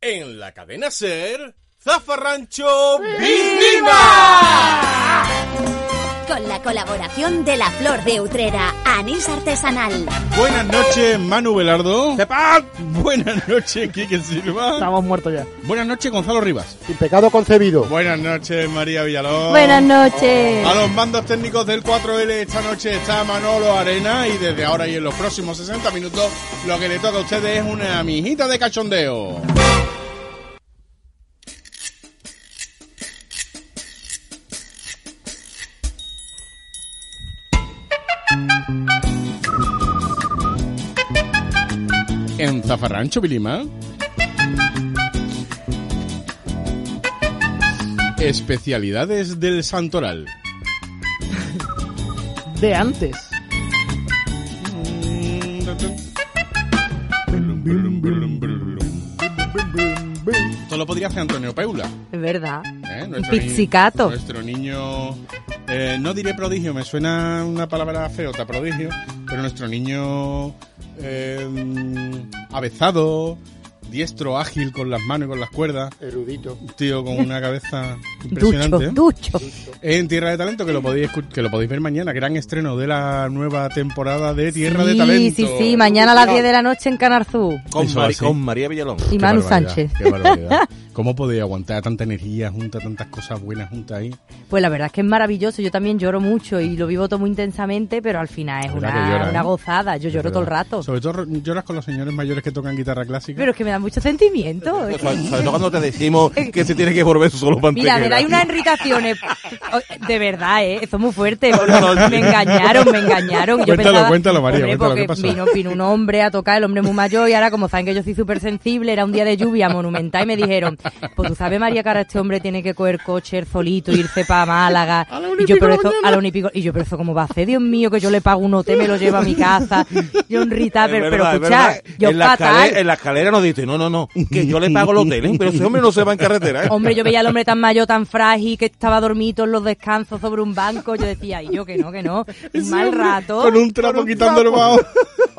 En la cadena Ser, Zafarrancho Viva. Con la colaboración de la Flor de Utrera, Anís Artesanal. Buenas noches, Manu Velardo. Buenas noches, Quique Silva. Estamos muertos ya. Buenas noches, Gonzalo Rivas. Sin pecado concebido. Buenas noches, María Villalón. Buenas noches. A los mandos técnicos del 4L esta noche está Manolo Arena y desde ahora y en los próximos 60 minutos lo que le toca a ustedes es una mijita de cachondeo. En Zafarrancho, Vilima. Especialidades del Santoral. De antes. Esto lo podría hacer Antonio Peula. Es verdad. ¿eh? ni- Pizzicato. nuestro niño. eh, no diré prodigio, me suena una palabra feota, prodigio. Pero nuestro niño. eh, avezado, diestro, ágil con las manos y con las cuerdas. Erudito. Un tío con una cabeza impresionante. ¿eh? Ducho. En Tierra de Talento, que lo podéis escu- que lo podéis ver mañana, gran estreno de la nueva temporada de Tierra de Sí, Talento. Ah. Sí, sí, mañana a las 10 de la noche en Canarzú. Con, Eso Mari- así. con María Villalón. Y Qué Manu barbaridad, Sánchez. qué barbaridad. ¿Cómo podéis aguantar tanta energía junta, tantas cosas buenas juntas ahí? Pues la verdad es que es maravilloso. Yo también lloro mucho y lo vivo todo muy intensamente, pero al final es ¿Verdad una, que llora, una eh? gozada. Yo lloro todo el rato. Sobre todo ro- lloras con los señores mayores que tocan guitarra clásica. Pero es que me da mucho sentimiento. Es que- Sobre sobre todo cuando te decimos que se tiene que volver solo mantequera. Mira, me dais unas enricaciones. O- De verdad, ¿eh? Eso es muy fuerte. Me engañaron, me engañaron. Yo Cuéntalo, pensaba, cuéntalo, María, hombre, cuéntalo, ¿qué porque pasó? Vino, vino un hombre a tocar, el hombre muy mayor, y ahora, como saben que yo soy súper sensible, era un día de lluvia monumental, y me dijeron, pues tú sabes, María, que ahora este hombre tiene que coger coche él solito, irse para Málaga. A la una y y yo, pico pero de la esto, mañana. a la una y pico- y yo, pero eso, ¿cómo va a hacer? Dios mío, que yo le pago un hotel, me lo lleva a mi casa. Yo un Es rita, pero, pero verdad, es escuchad, verdad. yo en, la fatal. escalera, en la escalera nos dice, no, no, no, que yo le pago los hoteles, pero ese hombre no se va en carretera. ¿eh? Hombre, yo veía al hombre tan mayor, tan frágil, que estaba dormido en los descansos sobre un banco. Yo decía, y yo que no, que no. Un mal rato. Con un trapo quitando el bajo.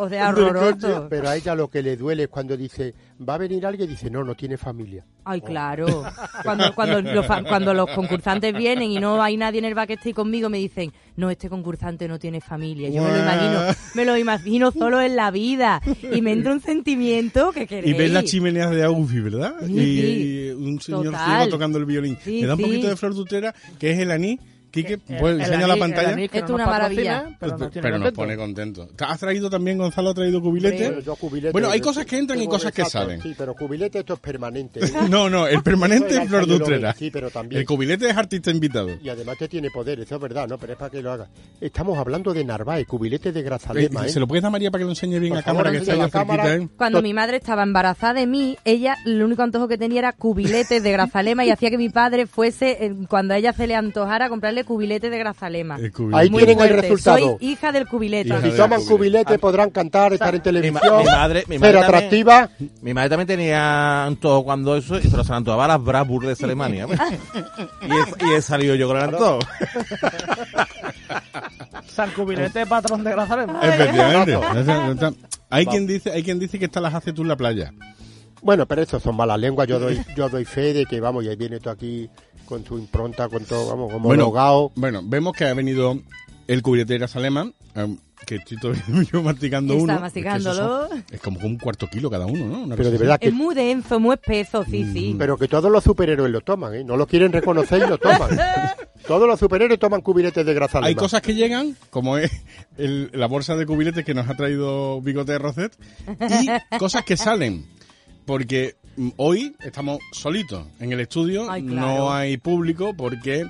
O sea, horroroso. Pero a ella lo que le duele es cuando dice, va a venir alguien y dice, no, no tiene familia. Ay, claro. Cuando, cuando, los, fa- cuando los concursantes vienen y no hay nadie en el backstage conmigo, me dicen, no, este concursante no tiene familia. Yo me lo imagino, me lo imagino solo en la vida. Y me entra un sentimiento que queréis. Y ves las chimeneas de Aufi, ¿verdad? Sí, y, sí. y un señor Total. ciego tocando el violín. Sí, Me da un sí. poquito de flor tutera, que es el anís. Quique, Eh, pues, enseña la pantalla. Esto es una maravilla. Pero nos, tiene pero nos contento. pone contento. ¿Has traído también, Gonzalo, ha traído cubilete? Pero yo cubilete- bueno, hay cosas que entran y tengo cosas que resaca, salen. Sí, pero cubilete esto es permanente. No, no, el permanente Eso es es Flor algo que lo Dutrera. ven, sí, pero también. El cubilete es artista invitado. Y además que tiene poder, eso es verdad, ¿no? Pero es para que lo haga. Estamos hablando de Narváez, cubilete de Eh, Grazalema, ¿eh? ¿Se lo puedes dar, María, para que lo enseñe bien Por a cámara, favor, que está enseña ya a cámara. cerquita, ¿eh? Cuando mi madre estaba embarazada de mí, ella lo único antojo que tenía era cubiletes de grazalema y hacía que mi padre fuese, eh, cuando a ella se le antojara, comprarle cubiletes de grazalema. El cubilete. Ahí Muy tienen el fuerte. resultado. Soy hija del cubilete. Hija Si del toman cubilete. cubilete podrán cantar, estar en mi, ma- televisión, mi madre, mi madre ser también- atractiva. Mi madre también tenía antojo cuando eso, y se lo se lo antojaba a las Brasburg de Alemania. pues. y, he- y he salido yo con el antojo. San Cubilete, patrón de Grazalema. Eh, Efectivamente. Hay quien, dice, hay quien dice que estas las hace tú en la playa. Bueno, pero estos son malas lenguas, yo doy, yo doy fe de que, vamos, y ahí viene todo aquí con su impronta, con todo, vamos, como Bueno, bueno, vemos que ha venido el cubilete de Salema, que estoy todavía yo masticando Está uno. masticándolo. Es, que eso son- es como un cuarto kilo cada uno, ¿no? Una Pero cosa de así. verdad Es que, muy denso, muy espeso, sí, Mm. sí. pero que todos los superhéroes lo toman, ¿eh? No lo quieren reconocer y lo toman. todos los superhéroes toman cubiletes de Grazalema. Hay cosas que llegan, como es el- la bolsa de cubiletes que nos ha traído Bigote de Roset, y cosas que salen. Porque mm, hoy estamos solitos en el estudio, Ay, claro. no hay público porque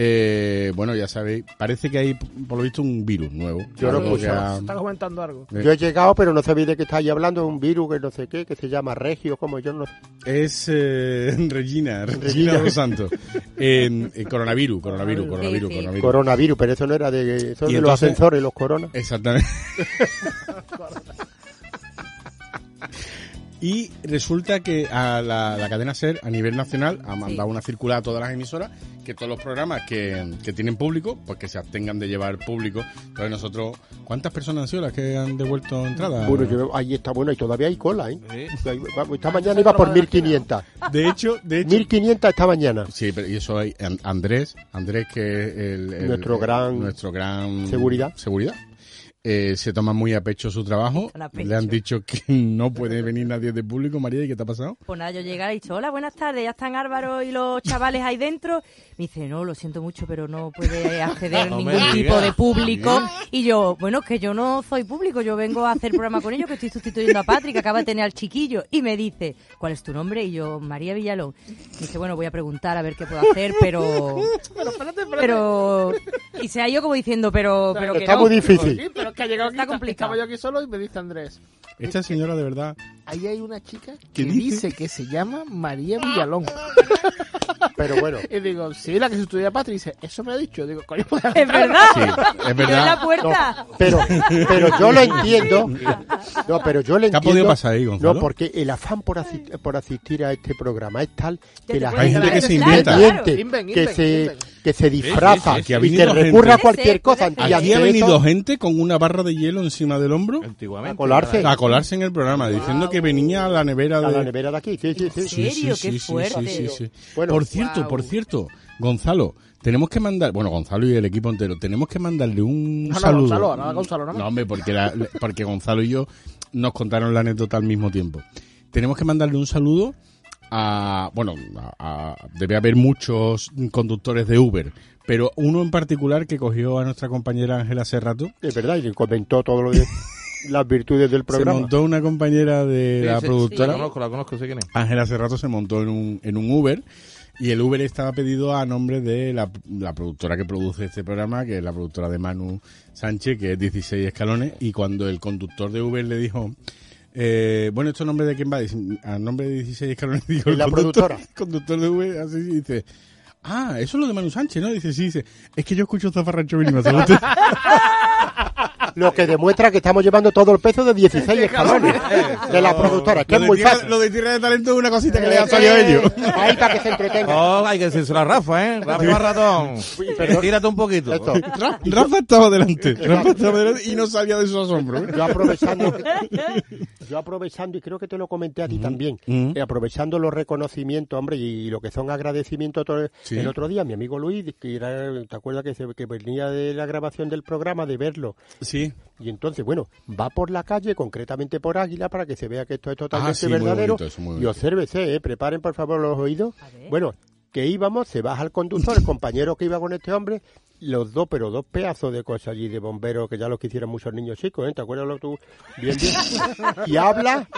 eh, bueno, ya sabéis, parece que hay, por lo visto, un virus nuevo. Yo lo Algo puse. que ha- Está comentando algo. Eh. Yo he llegado, pero no sabéis de qué estáis hablando, un virus que no sé qué, que se llama Regio, como yo no sé. Es eh, Regina, Regina dos Santos. En, en coronavirus, coronavirus, coronavirus, Sí, sí. coronavirus. Coronavirus, pero eso no era de, eso Y de los entonces- ascensores, los coronas. Exactamente. Y resulta que a la, la cadena SER a nivel nacional ha mandado una circular a todas las emisoras que todos los programas que, que tienen público, pues que se abstengan de llevar público. Entonces nosotros, ¿cuántas personas han sido las que han devuelto entrada? Bueno, yo- ahí está, bueno, y todavía hay cola, ¿eh? Sí. Ahí- vamos, Esta mañana iba por 1500. De hecho, de hecho... 1500 esta mañana. Sí, pero y eso hay An- Andrés, Andrés que es el, el- Nuestro el- gran- nuestro gran Seguridad. seguridad. Eh, se toma muy a pecho su trabajo. Tan a Le han pecho. dicho que no puede venir nadie de público, María, ¿y qué te ha pasado? Pues nada, yo llegaba y he dicho, hola, buenas tardes, ya están Álvaro y los chavales ahí dentro. Me dice, no, lo siento mucho, pero no Eh, puede acceder No me ningún digas. tipo de público. Y yo, bueno, es que yo no soy público, yo vengo a hacer programa con ellos, que estoy sustituyendo a Patrick, que acaba de tener al chiquillo. Y me dice, ¿cuál es tu nombre? Y yo, María Villalón. Me dice, bueno, voy a preguntar a ver qué puedo hacer, pero... Pero espérate, espérate. Pero... Y se ha ido como diciendo, pero... pero que Está no. muy difícil. Sí, pero es que ha llegado Está aquí, complicado. estaba yo aquí solo y me dice Andrés, Esta señora de verdad. ahí hay una chica ¿Qué que dice? dice que se llama María Villalón. Pero bueno, Y digo, sí, la que se estudia Patri. Y dice, eso me ha dicho. Digo, coño, pues, Es verdad. Sí, es Yo en la verdad. no, puerta. pero, pero yo lo entiendo. No, pero yo lo ¿Qué entiendo. ha podido pasar ahí, Gonzalo? No, porque el afán por, asi- por asistir a este programa es tal que te la puedes gente, Hay gente que se miente, inventa. que, Inven, inven, se, inven. que se disfraza sí, sí. y Aquí que ha venido recurra a gente. cualquier Puede cosa. ser, puede Y ser. Aquí ante ha venido eso, gente con una barra de hielo encima del hombro Antiguamente. A colarse. a colarse en el programa, diciendo que venía a la nevera a de. la nevera de aquí. Sí, sí, sí. Sí. ¿En serio? Qué fuerte. Bueno, por cierto, wow. por cierto, Gonzalo, tenemos que mandar, bueno, Gonzalo y el equipo entero, tenemos que mandarle un No, no, saludo. Gonzalo, no, Gonzalo, no. hombre, porque, la- porque Gonzalo y yo nos contaron la anécdota al mismo tiempo. Tenemos que mandarle un saludo a, bueno, a- a- debe haber muchos conductores de Uber, pero uno en particular que cogió a nuestra compañera Ángela hace rato. Es verdad, y comentó todo lo de las virtudes del Se programa. montó una compañera de la productora. La conozco, la conozco, sé quién es. Ángel hace rato se montó en un, en un Uber y el Uber estaba pedido a nombre de la, la productora que produce este programa, que es la productora de Manu Sánchez, que es 16 escalones, y cuando el conductor de Uber le dijo... eh, bueno, ¿esto a nombre de quién va? Dice, A nombre de 16 escalones dijo ¿Y la el conductor, productora? el conductor de Uber así y dice, ah, eso es lo de Manu Sánchez, ¿no? Dice, sí, dice, es que yo escucho Zafarrancho Vilma. Lo que demuestra que estamos llevando todo el peso de 16 escalones de la productora, que es muy fácil. Eh, Lo de tierra de talento es una cosita que le ha salido a ellos. Ahí para que se entretenga. Oh, hay que decírselo a Rafa, ¿eh? Rafa ratón. perdón. Tírate un poquito. Esto. Ra- Rafa estaba delante, Rafa estaba delante y no sabía de su asombro. ¿eh? Yo aprovechando, yo aprovechando, y creo que te lo comenté Mm. a ti también, ujú. eh, aprovechando los reconocimientos, hombre, y, lo que son agradecimientos. a todo- Sí. El otro día, mi amigo Luis, que era- ¿te acuerdas que, se- que venía de la grabación del programa, de verlo? Sí. Y entonces, bueno, va por la calle, concretamente por Águila, para que se vea que esto es totalmente Ah, sí, muy verdadero. bonito eso, muy y bonito. obsérvese, eh, preparen por favor los oídos. A ver. Bueno, que íbamos, se baja el conductor, el compañero que iba con este hombre, los dos, pero dos pedazos de cosas allí de bomberos, que ya los quisieran muchos niños chicos, ¿eh? ¿Te acuerdas lo tú? Bien, bien. y habla,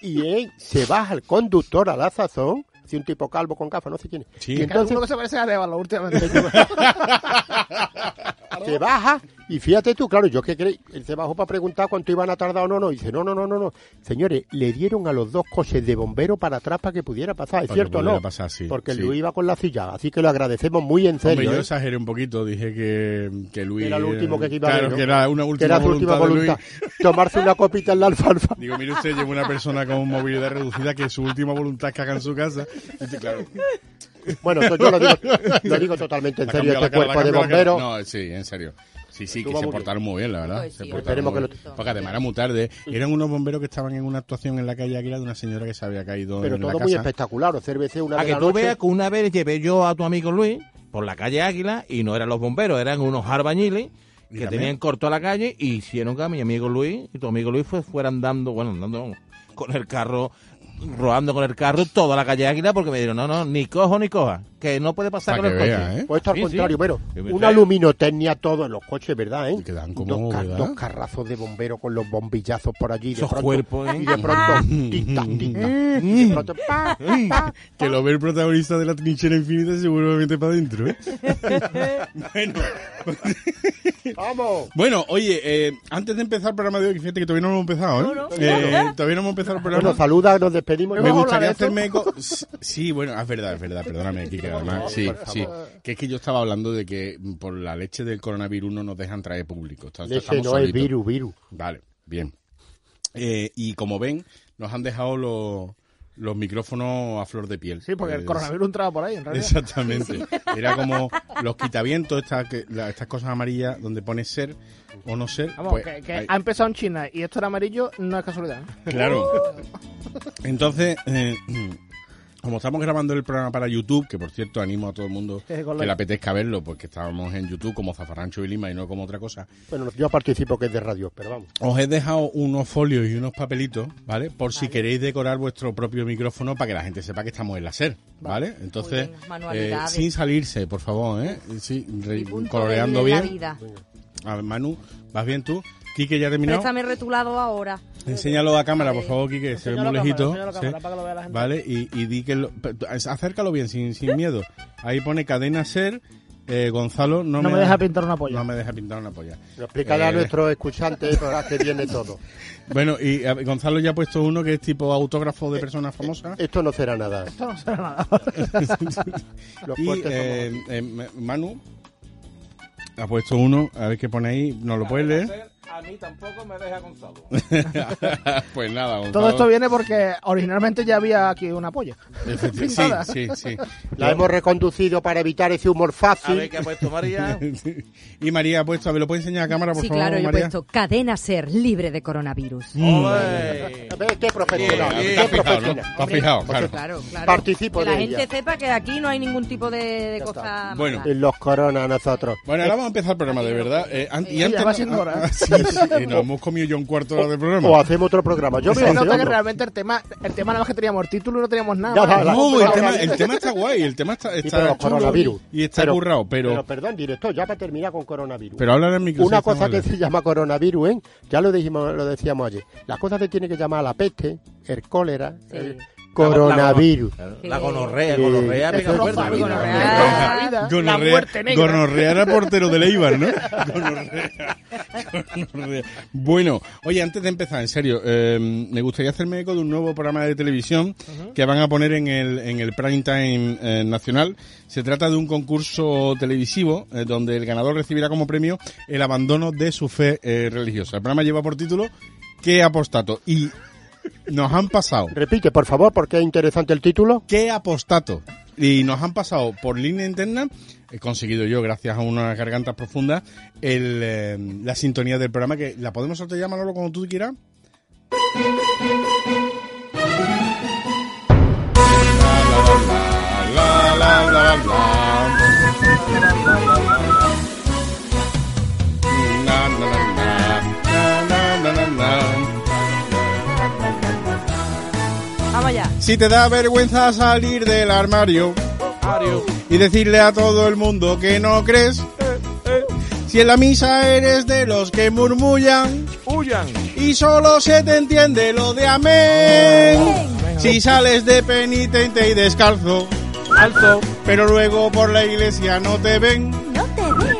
y eh, se baja el conductor a la sazón, si un tipo calvo con gafas, no sé quién es. Sí. Y que cada entonces uno que se parece a Arevalo últimamente. se baja y fíjate tú, claro, yo que creí, él se bajó para preguntar cuánto iban a tardar o no, no, y dice, no, no, no, no, no, señores, le dieron a los dos coches de bombero para atrás para que pudiera pasar, ¿es Para que cierto o pudiera no? pasar, sí, Porque sí. Luis iba con la silla, así que lo agradecemos muy en serio. Hombre, yo ¿eh? exageré un poquito, dije que, que Luis... Que era lo último que iba a Claro, ver, ¿no? que era una Que última era su voluntad, última voluntad. de Luis. Tomarse una copita en la alfalfa. Digo, mire usted, lleva una persona con movilidad reducida que su última voluntad es que haga en su casa. Y dice, claro, Bueno, eso yo lo digo, lo digo totalmente en ha serio, cambiado la este cara, la cuerpo ha de cambiado la cara. bomberos. No, sí, en serio. Sí, sí, que Estuvo se muy bien. portaron muy bien, la verdad. Pues se sí, portaron hombre. muy Esperemos que bien. lo- Porque además era muy tarde. Eran unos bomberos que estaban en una actuación en la calle Águila de una señora que se había caído Pero en todo la muy casa. espectacular, o cerveza una A de que la tú noche. veas que una vez llevé yo a tu amigo Luis por la calle Águila y no eran los bomberos, eran unos albañiles Y que también. tenían corto a la calle y hicieron que a mi amigo Luis y tu amigo Luis fue, fuera andando, bueno, andando vamos, con el carro rodando con el carro toda la calle Águila porque me dijeron, no, no, ni cojo ni coja, que no puede pasar con el Para que coche. vea, ¿eh? Pues esto al Sí, sí. contrario, pero Yo me una traigo. luminotecnia todo en los coches, ¿verdad? Eh? Y quedan como, dos, ¿verdad? dos carrazos de bomberos con los bombillazos por allí. de Esos pronto- cuerpos, ¿eh? Y de pronto, tinta, tinta. y de pronto, pa, pa, Que lo ve el protagonista de la trinchera infinita y se vuelve a meter para adentro, ¿eh? bueno, vamos. bueno, oye, eh, antes de empezar el programa de hoy, fíjate que todavía no hemos empezado, ¿eh? Eh, todavía no hemos empezado el programa. Bueno, saluda, nos despedimos. me Vamos a gustaría hablar de esto. hacerme eco. Sí, bueno, ah, es verdad, es verdad, perdóname, Kike, además. Sí, sí. Que es que yo estaba hablando de que mm, por la leche del coronavirus no nos dejan traer público. Está- Ese estamos no es solitos. virus, virus. Vale, bien. Eh, y como ven, nos han dejado los, los micrófonos a flor de piel. Sí, porque el Eh, coronavirus entraba por ahí, en realidad. Exactamente. Era como los quitavientos, estas, que- la- estas cosas amarillas donde pone ser o no ser. Vamos, pues, que, que ahí- ha empezado en China y esto era amarillo, no es casualidad. Claro. Entonces, eh, como estamos grabando el programa para YouTube, que por cierto animo a todo el mundo Eh, que con le la- apetezca verlo, porque estábamos en YouTube como Zafarrancho y Lima y no como otra cosa, Bueno, yo participo que es de radio, pero vamos. os he dejado unos folios y unos papelitos, ¿vale? Por si queréis decorar vuestro propio micrófono para que la gente sepa que estamos en la SER, ¿vale? Entonces, bien, manualidades. eh, sin salirse, por favor, ¿eh? Sí, re- Mi punto coloreando de la bien. vida. A ver, Manu, ¿vas bien tú? Quique, ¿ya ha terminado? Préstame retulado ahora. Enséñalo a cámara, por favor, Quique, se ve Eh, Enséñalo muy a cámara, lejito. enséñalo a sí. cámara para que lo vea la gente. Vale, y, y di que lo- pe- tú, ac- acércalo bien, sin, sin miedo. Ahí pone cadena ser, eh, Gonzalo no, No me deja pintar una polla. No me deja pintar una polla. Lo explicará a Eh, nuestros escuchantes para que viene todo. Bueno, y a ver, Gonzalo ya ha puesto uno que es tipo autógrafo de personas famosas. Eh, Esto no será nada. Los y fuertes eh, eh, Ma- Manu ha puesto uno, a ver qué pone ahí, ¿nos lo puedes leer? A mí tampoco me deja Gonzalo. pues nada, Gonzalo. Todo esto viene porque originalmente ya había aquí una polla. Efecti- pintada. Sí, sí, somos. La hemos reconducido para evitar ese humor A ver fácil. qué ha puesto María. sí. y María ha puesto, a ver, ¿lo puedes enseñar a cámara, por Sí, favor, claro, yo he María? Mm. puesto cadena ser libre de coronavirus. Ole. A ver, qué profesional. Bien, qué Te has fijado, ¿no? profesional. Te has fijado, Hombre, pues claro. Claro, claro. Participo que la de ella. gente sepa que aquí no hay ningún tipo de, de Ya cosa está. mala. Bueno. En los corona nosotros. Eh, Bueno, ahora vamos a empezar el programa, de verdad. Eh, an- y antes, ya va siendo hora. Ah, sí, sí, y nos hemos comido yo un cuarto de hora de programa. O hacemos otro programa. Yo me Se nota que otro. realmente el tema, el tema nada más que teníamos el título y no teníamos nada. Ya más. va, la- no, el la- tema, la- el tema está guay, el tema está, Sí, está pero los chulo coronavirus. y está currado, Pero pero, perdón, director, ya para terminar con coronavirus. pero habla en el micro. Una sí, cosa que vale. se llama coronavirus, ¿eh? Ya lo dijimos, lo decíamos ayer. Las cosas que tiene que llamar la peste, el cólera, el coronavirus. La gonorrea, Sí. gonorrea, Eso pega es fuerte. fácil, gonorrea. Ah, La vida, la Gonorrea, muerte negra. gonorrea era portero del Eibar, ¿no? Gonorrea, gonorrea. Bueno, oye, antes de empezar, en serio, eh, me gustaría hacerme eco de un nuevo programa de televisión que van a poner en el, en el Prime Time eh, Nacional. Se trata de un concurso televisivo eh, donde el ganador recibirá como premio el abandono de su fe eh, religiosa. El programa lleva por título ¿Qué apostato? Y nos han pasado Repite, por favor, porque es interesante el título. qué apostato. Y nos han pasado por línea interna, he conseguido yo, gracias a unas gargantas profundas, el, eh, la sintonía del programa, que la podemos sortear, Manolo, cuando tú quieras. La, la, la, la, la, la, la. La, la, la, la, la, la, la, la. Vamos allá. Si te da vergüenza salir del armario y decirle a todo el mundo que no crees, Eh, si en la misa eres de los que murmullan Huyan. y solo se te entiende lo de amén, Oh. si sales de penitente y descalzo, Alto. pero luego por la iglesia no te ven, No te ven.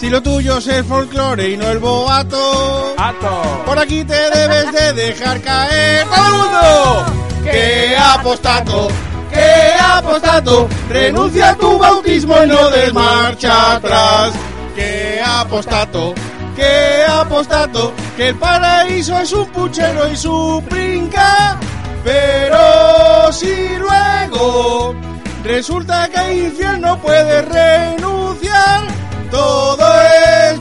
si lo tuyo es el folclore y no el boato, Alto. por aquí te debes de dejar caer. ¡Todo el mundo! ¡Que apostato! ¡Que apostato! ¡Renuncia a tu bautismo y no des marcha atrás! ¡Que apostato! ¡Que apostato! ¡Que el paraíso es un puchero y su brinca! Pero si luego resulta que el infierno puede renunciar, todo es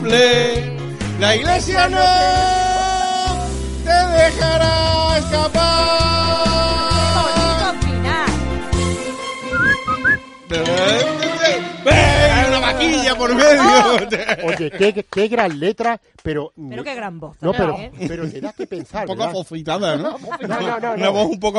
posible. La iglesia no te dejará escapar. Hay una vaquilla por medio. Oye, qué, qué gran letra, pero... Pero qué gran voz. No, pero, también, ¿eh? pero le das que pensar, un poco ¿verdad? afofitada, ¿no? No, no, no, Una no. voz un poco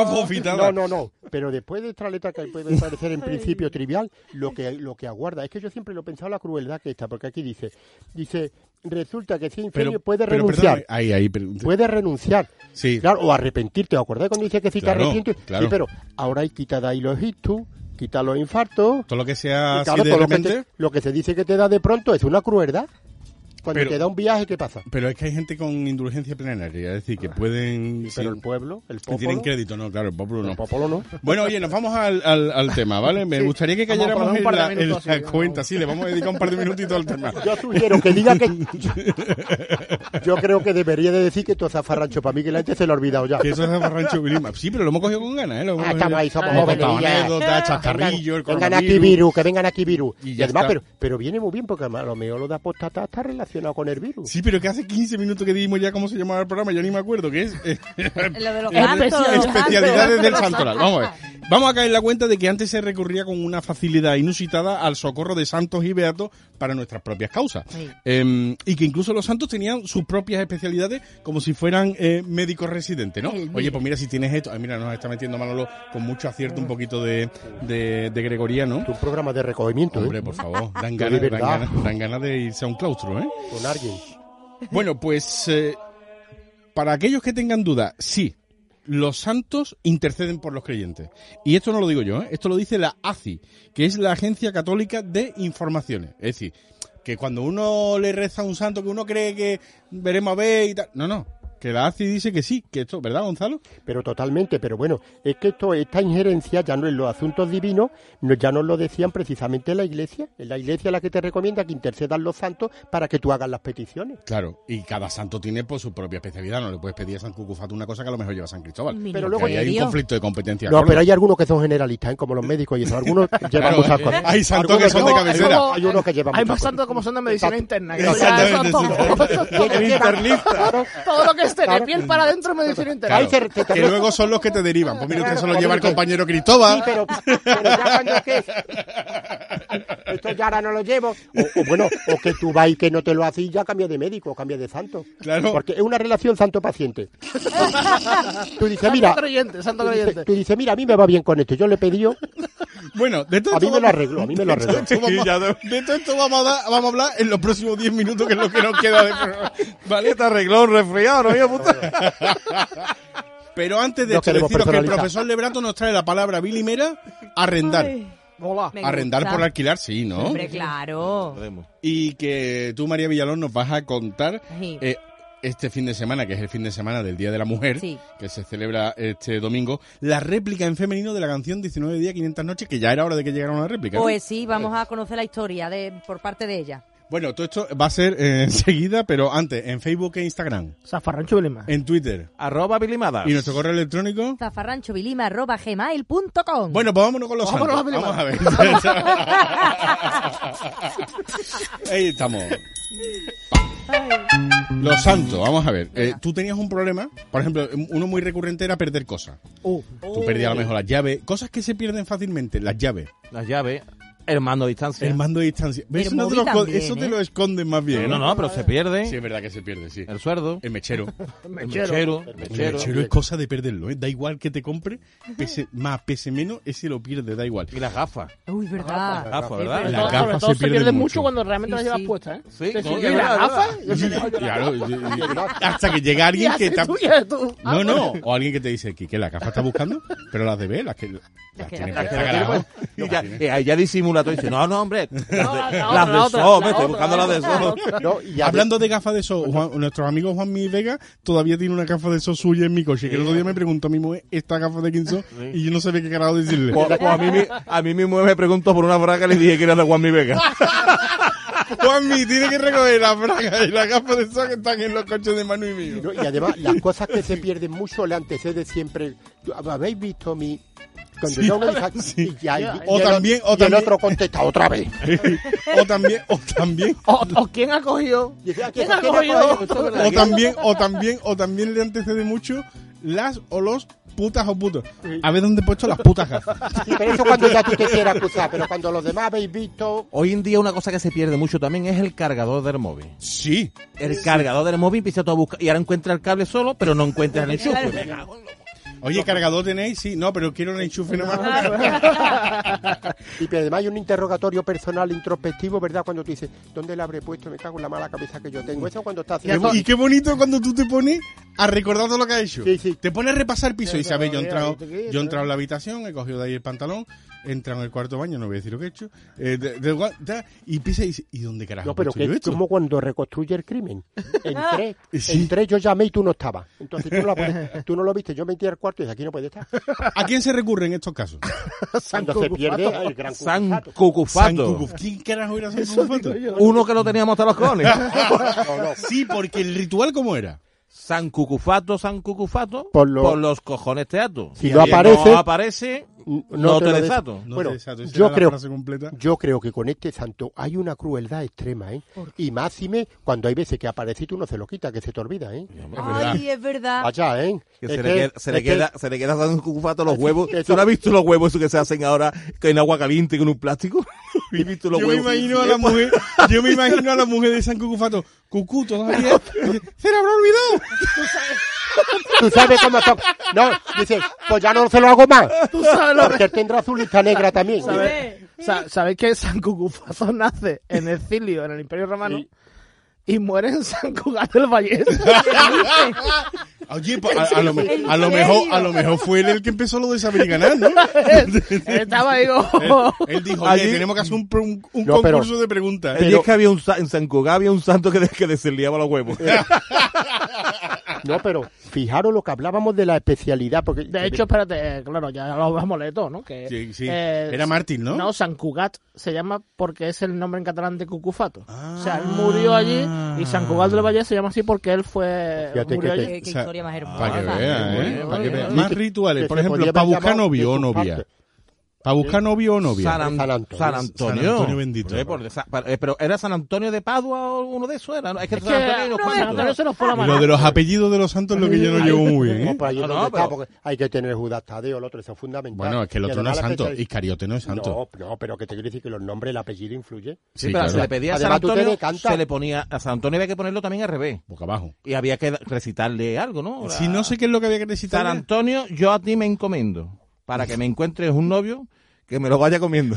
No, afofitada. no, no. Pero después de esta letra que puede parecer en principio trivial, lo que, lo que aguarda. Es que yo siempre lo he pensado la crueldad que está, porque aquí dice, dice, resulta que sin ingenio puede pero renunciar. perdóname, ahí, ahí. pero- puede renunciar. Sí. Claro, o arrepentirte. ¿Os acordáis cuando dice que si Claro, te arrepientes? claro. Sí, pero ahora hay quita de ahí los ictus, quita los infartos. Todo lo que y sea claro, así de todo lo, que repente. te, lo que te dice que te da de pronto es una crueldad. Cuando Pero- te da un viaje, ¿qué pasa? Pero es que hay gente con indulgencia plenaria, es decir, que pueden. sí, Ah. Pero el pueblo, el que tienen popolo, crédito, no, claro, el pueblo el no. popolo no. Bueno, oye, nos vamos al, al, al tema, ¿vale? Me Sí. gustaría que Vamos a cayéramos poner un en par de la, en minutos, la sí, vamos. cuenta, sí, le vamos a dedicar un par de minutitos al tema. Yo sugiero que diga que. Yo creo que debería de decir que esto es zafarrancho para mí, que la gente se lo ha olvidado ya. Que eso es zafarrancho Vilima. Sí, lo hemos cogido con ganas, ¿eh? Lo hemos Ah, cogido- estamos ahí, somos hemos jóvenes, contado ya. anécdotas, chascarrillo, Vengan, el vengan coronavirus. aquí virus, que vengan aquí virus. Y Y, ya además, está. pero, pero viene muy bien porque además lo mejor lo de apostata está relacionado con el virus. Sí, pero que hace 15 minutos que dijimos ya cómo se llamaba el programa, yo ni me acuerdo, que es... eh, Lo de los eh, cantos, los Especialidades cantos. del santoral. Vamos a ver. Vamos a caer en la cuenta de que antes se recurría con una facilidad inusitada al socorro de santos y beatos para nuestras propias causas. Sí. Eh, y que incluso los santos tenían sus propias especialidades como si fueran eh, médicos residentes, ¿no? Oye, pues mira, si tienes esto... Ay, mira, nos está metiendo Manolo con mucho acierto un poquito de, de, de gregoriano. Un programa de recogimiento, ¿eh? Hombre, por favor, dan De ganas, dan verdad. ganas, dan ganas de irse a un claustro, ¿eh? Con alguien. Bueno, pues eh, para aquellos que tengan duda, sí, los santos interceden por los creyentes. Y esto no lo digo yo, ¿eh? esto lo dice la ACI, que es la Agencia Católica de Informaciones. Es decir, que cuando uno le reza a un santo que uno cree que veremos a ver y tal. No, no. Que la ACI dice que sí, que esto, ¿verdad, Gonzalo? Pero totalmente, pero bueno, es que esto, esta injerencia ya no en los asuntos divinos, no- ya nos lo decían precisamente la iglesia. Es la iglesia la que te recomienda que intercedan los santos para que tú hagas las peticiones. Claro, y cada santo tiene pues, su propia especialidad. No le puedes pedir a San Cucufato una cosa que a lo mejor lleva San Cristóbal. Mínimo. Pero Porque luego ahí hay un Dios. conflicto de competencia. No, Manolo. pero hay algunos que son generalistas, ¿eh? como los médicos y eso. Algunos llevan Claro, muchas hay- cosas. hay santos Algunos que son de llevan- cabecera. hay unos- Hay unos que llevan Hay más muchas santos como son de medicina interna. que- Exactamente, Todo- sí. todo- cosas. todo- Todo lo que esté de Claro. piel para adentro es medicina interna. Claro, Ahí se- se- que luego son los que te derivan. Pues mira, usted se lo lleva el compañero Sí, Cristóbal. pero, pero ya cuando es que esto ya ahora no lo llevo. O, o bueno, o que tú vas y que no te lo haces y ya cambia de médico, cambia de santo. Claro. Porque es una relación santo-paciente. Tú dices, mira, Santo creyente, santo tú dices, creyente. tú dices, mira, a mí me va bien con esto. Yo le he pedido, Bueno, de todo a mí me esto lo vamos- arregló, a mí me lo arregló. Sí, ya, de, de todo esto vamos a, dar- vamos a hablar en los próximos 10 minutos, que es lo que nos queda de programa. ¿Vale? Te Este arregló un resfriado, no Pero antes de No esto, queremos deciros que el personalizar. profesor Lebrato nos trae la palabra Billy Mera, arrendar. Ay, Hola. me Arrendar gusta. por alquilar, sí, ¿no? Hombre, claro. Podemos. Y que tú, María Villalón, nos vas a contar Sí. eh, este fin de semana, que es el fin de semana del Día de la Mujer, Sí. que se celebra este domingo, la réplica en femenino de la canción 19 días, 500 noches, que ya era hora de que llegara una réplica. ¿no? Pues sí, vamos a conocer la historia de por parte de ella. Bueno, todo esto va a ser eh, enseguida, pero antes, en Facebook e Instagram, Zafarrancho Belima. en Twitter Arroba Bilimadas. y nuestro correo electrónico. zafarranchovilima.gmail.com Bueno, pues vámonos con los Vámonos santos. a Vamos a ver. Ahí estamos. Los santos, vamos a ver. Eh, tú tenías un problema, por ejemplo, uno muy recurrente era perder cosas. Uh, Tú perdías a lo mejor las llaves, cosas que se pierden fácilmente, las llaves, Las llaves. El mando a distancia. el mando a distancia. ¿Ves? El Eso, no te móvil lo, escon- también, eso te ¿eh? lo esconden más bien. No, no, pero se Sí, pierde. es verdad que se pierde, sí. El sueldo. El mechero. El mechero. El El mechero, mechero. es cosa de perderlo, ¿eh? Da igual que te compre, pese más, pese menos, ese lo pierde, da igual. Y las gafas. Uy, verdad. Gafas, Es ¿verdad? Las Sobre gafas todo se se pierden pierde mucho. mucho cuando realmente las Sí, llevas sí. puestas, ¿eh? Sí, Te no, sirve es la verdad, es gafa verdad. y yo me- Claro, y- y- hasta que llega alguien y que haces está... tú, y haces tú. No, no, o alguien que te dice, que la gafa está buscando, pero las de B, las que... Las que tiene las- puestas, carajo. Y ya, y ahí ya disimula todo y dice, no, no, hombre. Las de, la las otra, de la otra, Sol, la hombre, estoy otra, buscando la las de Sol. ¿no? Y a- Hablando de gafas de sol, Juan- nuestro amigo Juan Mi Vega todavía tiene una gafa de sol suya en mi coche. Que el otro día me preguntó a mi mujer esta gafa de quién son y yo no sabía qué carajo decirle. Pues, pues a, mí, mi- a mí mismo me preguntó por una braga y le dije que era de Juan Mi Vega. Juan Mi tiene que recoger la braga y la gafa de sol que están en los coches de Manu y mío. No, y además, las cosas que se pierden mucho le antecede siempre. ¿Habéis visto mi.? Cuando yo me dije- y ya- y- O y el- también- o y también- el otro contesta otra vez. o también, o también, O, o quién ha cogido. Y dice, "Ah, ¿Quién ¿qué- ha qué cogido no esto? puedo?" o también, o también, o también le antecede mucho las o los putas o putos. A ver dónde he puesto las putas gafas. Pero eso cuando ya tú te quieras acusar, pero cuando los demás habéis visto... Hoy en día una cosa que se pierde mucho también es el cargador del móvil. Sí. El cargador del móvil empieza tú a buscar y ahora encuentra el cable solo, pero no encuentras el enchufe. Oye, cargador tenéis, sí. No, pero quiero un enchufe nomás. Y que además hay un interrogatorio personal introspectivo, ¿verdad? Cuando tú dices, ¿dónde le habré puesto? Me cago en la mala cabeza que yo tengo. Eso cuando estás Qué haciendo... bo- y qué bonito cuando tú te pones a recordar todo lo que has hecho. Sí, sí. Te pones a repasar el piso. Sí, y sabes, yo he pero entrado, mira, yo he entrado en la habitación, he cogido de ahí el pantalón, he entrado en el cuarto baño, no voy a decir lo que he hecho. eh, de- de igual, da, y pisa y dice, ¿y dónde carajo No, pero he puesto Pues yo que es esto? como cuando reconstruye el crimen. Entré, Sí. entré, yo llamé y tú no estabas. Entonces tú no, la puedes- tú no lo viste, yo me metí al cuarto y dije, aquí no puede estar. ¿A quién se recurre en estos casos? Cuando se pierde el gran San cucufato. San Cucufato. Cucuf. ¿Quién carajo era San Cucufato? Uno que lo teníamos hasta los cojones. Sí, porque el ritual cómo era. San Cucufato, San Cucufato, Por lo- por los cojones te ato. Si no aparece, no aparece, no no te te lo desato. No Bueno, te desato, esa yo era la creo- frase completa. Yo creo que con este santo hay una crueldad extrema, ¿eh? Y máxime cuando hay veces que aparece y tú no se lo quita, que se te olvida, ¿eh? Ay, es verdad. Allá, ¿eh? Que Es se, que- le queda, se, le es que- queda, se le queda San Cucufato los huevos. que ¿Tú no eso- has visto los huevos esos que se hacen ahora en agua caliente con un plástico? ¿Has visto los Yo me huevos? imagino a la mujer, yo me imagino a la mujer de San Cucufato, Cucú todavía, se le habrá olvidado. Tú sabes cómo son. No, dice, pues ya no se lo hago más. Tú sabes lo que... Porque él tendrá su lista negra también. Hombre. sa- ¿Sabéis que San Cucufazo nace en exilio en el Imperio Romano? Y muere en San Cugat del Valle. Oye, pues, a, a lo, me- a lo mejor, a lo mejor fue él el que empezó lo de saber y ganar, ¿no? Estaba ahí Él, como... él dijo, oye, Allí- tenemos que hacer un, pro- un- un No, pero- concurso de preguntas. Allí es que había un, sa- en San Cugat había un santo que, de- que desliaba los huevos. No, pero fijaros lo que hablábamos de la especialidad. Porque, De hecho, espérate, eh, claro, ya lo vamos a leer todo, ¿no? Que, Sí, sí. eh, Era Martín, ¿no? No, San Cugat se llama porque es el nombre en catalán de Cucufato. Ah. O sea, él murió allí y San Cugat del Valle se llama así porque él fue... Fíjate murió que allí. te- Qué, qué O sea, historia más hermosa. Para que vea, ¿eh? Para que vea. Sí, Más que- rituales, que por se ejemplo, podía para haber buscar llamado novio o de su novia. parte. Para buscar novio o novia. San, An- San Antonio. San Antonio. San Antonio bendito. Eh, por de- sa- pa- eh, pero era San Antonio de Padua o uno de esos era. ¿no? Es que Es que San Antonio hay unos no, San cuantos. Antonio se nos fue la Y lo mano. de los apellidos de los santos es lo que yo no llevo muy bien. ¿eh? No, pues ahí es No, donde no, está, pero- porque hay que tener Judas Tadeo, el otro, eso es fundamental. Bueno, es que el Y otro no además es la santo. especial- Iscariote no es santo. No, no, pero que te quiero decir que los nombres, el apellido influye. Sí, Sí, pero se claro. le pedía a San Además, tú te Antonio, decantas. se le ponía, a San Antonio había que ponerlo también al revés. Boca abajo. Y había que recitarle algo, ¿no? Si no sé qué es lo que había que necesitar. San Antonio, yo a ti me encomiendo para que me encuentres un novio que me lo vaya comiendo.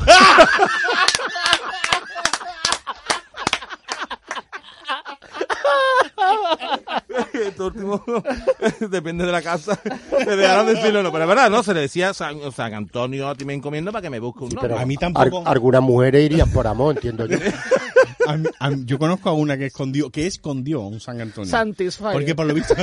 Esto último, depende de la casa. Te dejaron decirlo, no, pero es verdad, no, se le decía San, San Antonio a ti me encomiendo para que me busque un novio. Pero a mí tampoco. ar- algunas mujeres irían por amor, entiendo yo. A mí- a mí- yo conozco a una que escondió, que escondió a un San Antonio. Satisfyer. Porque por lo visto.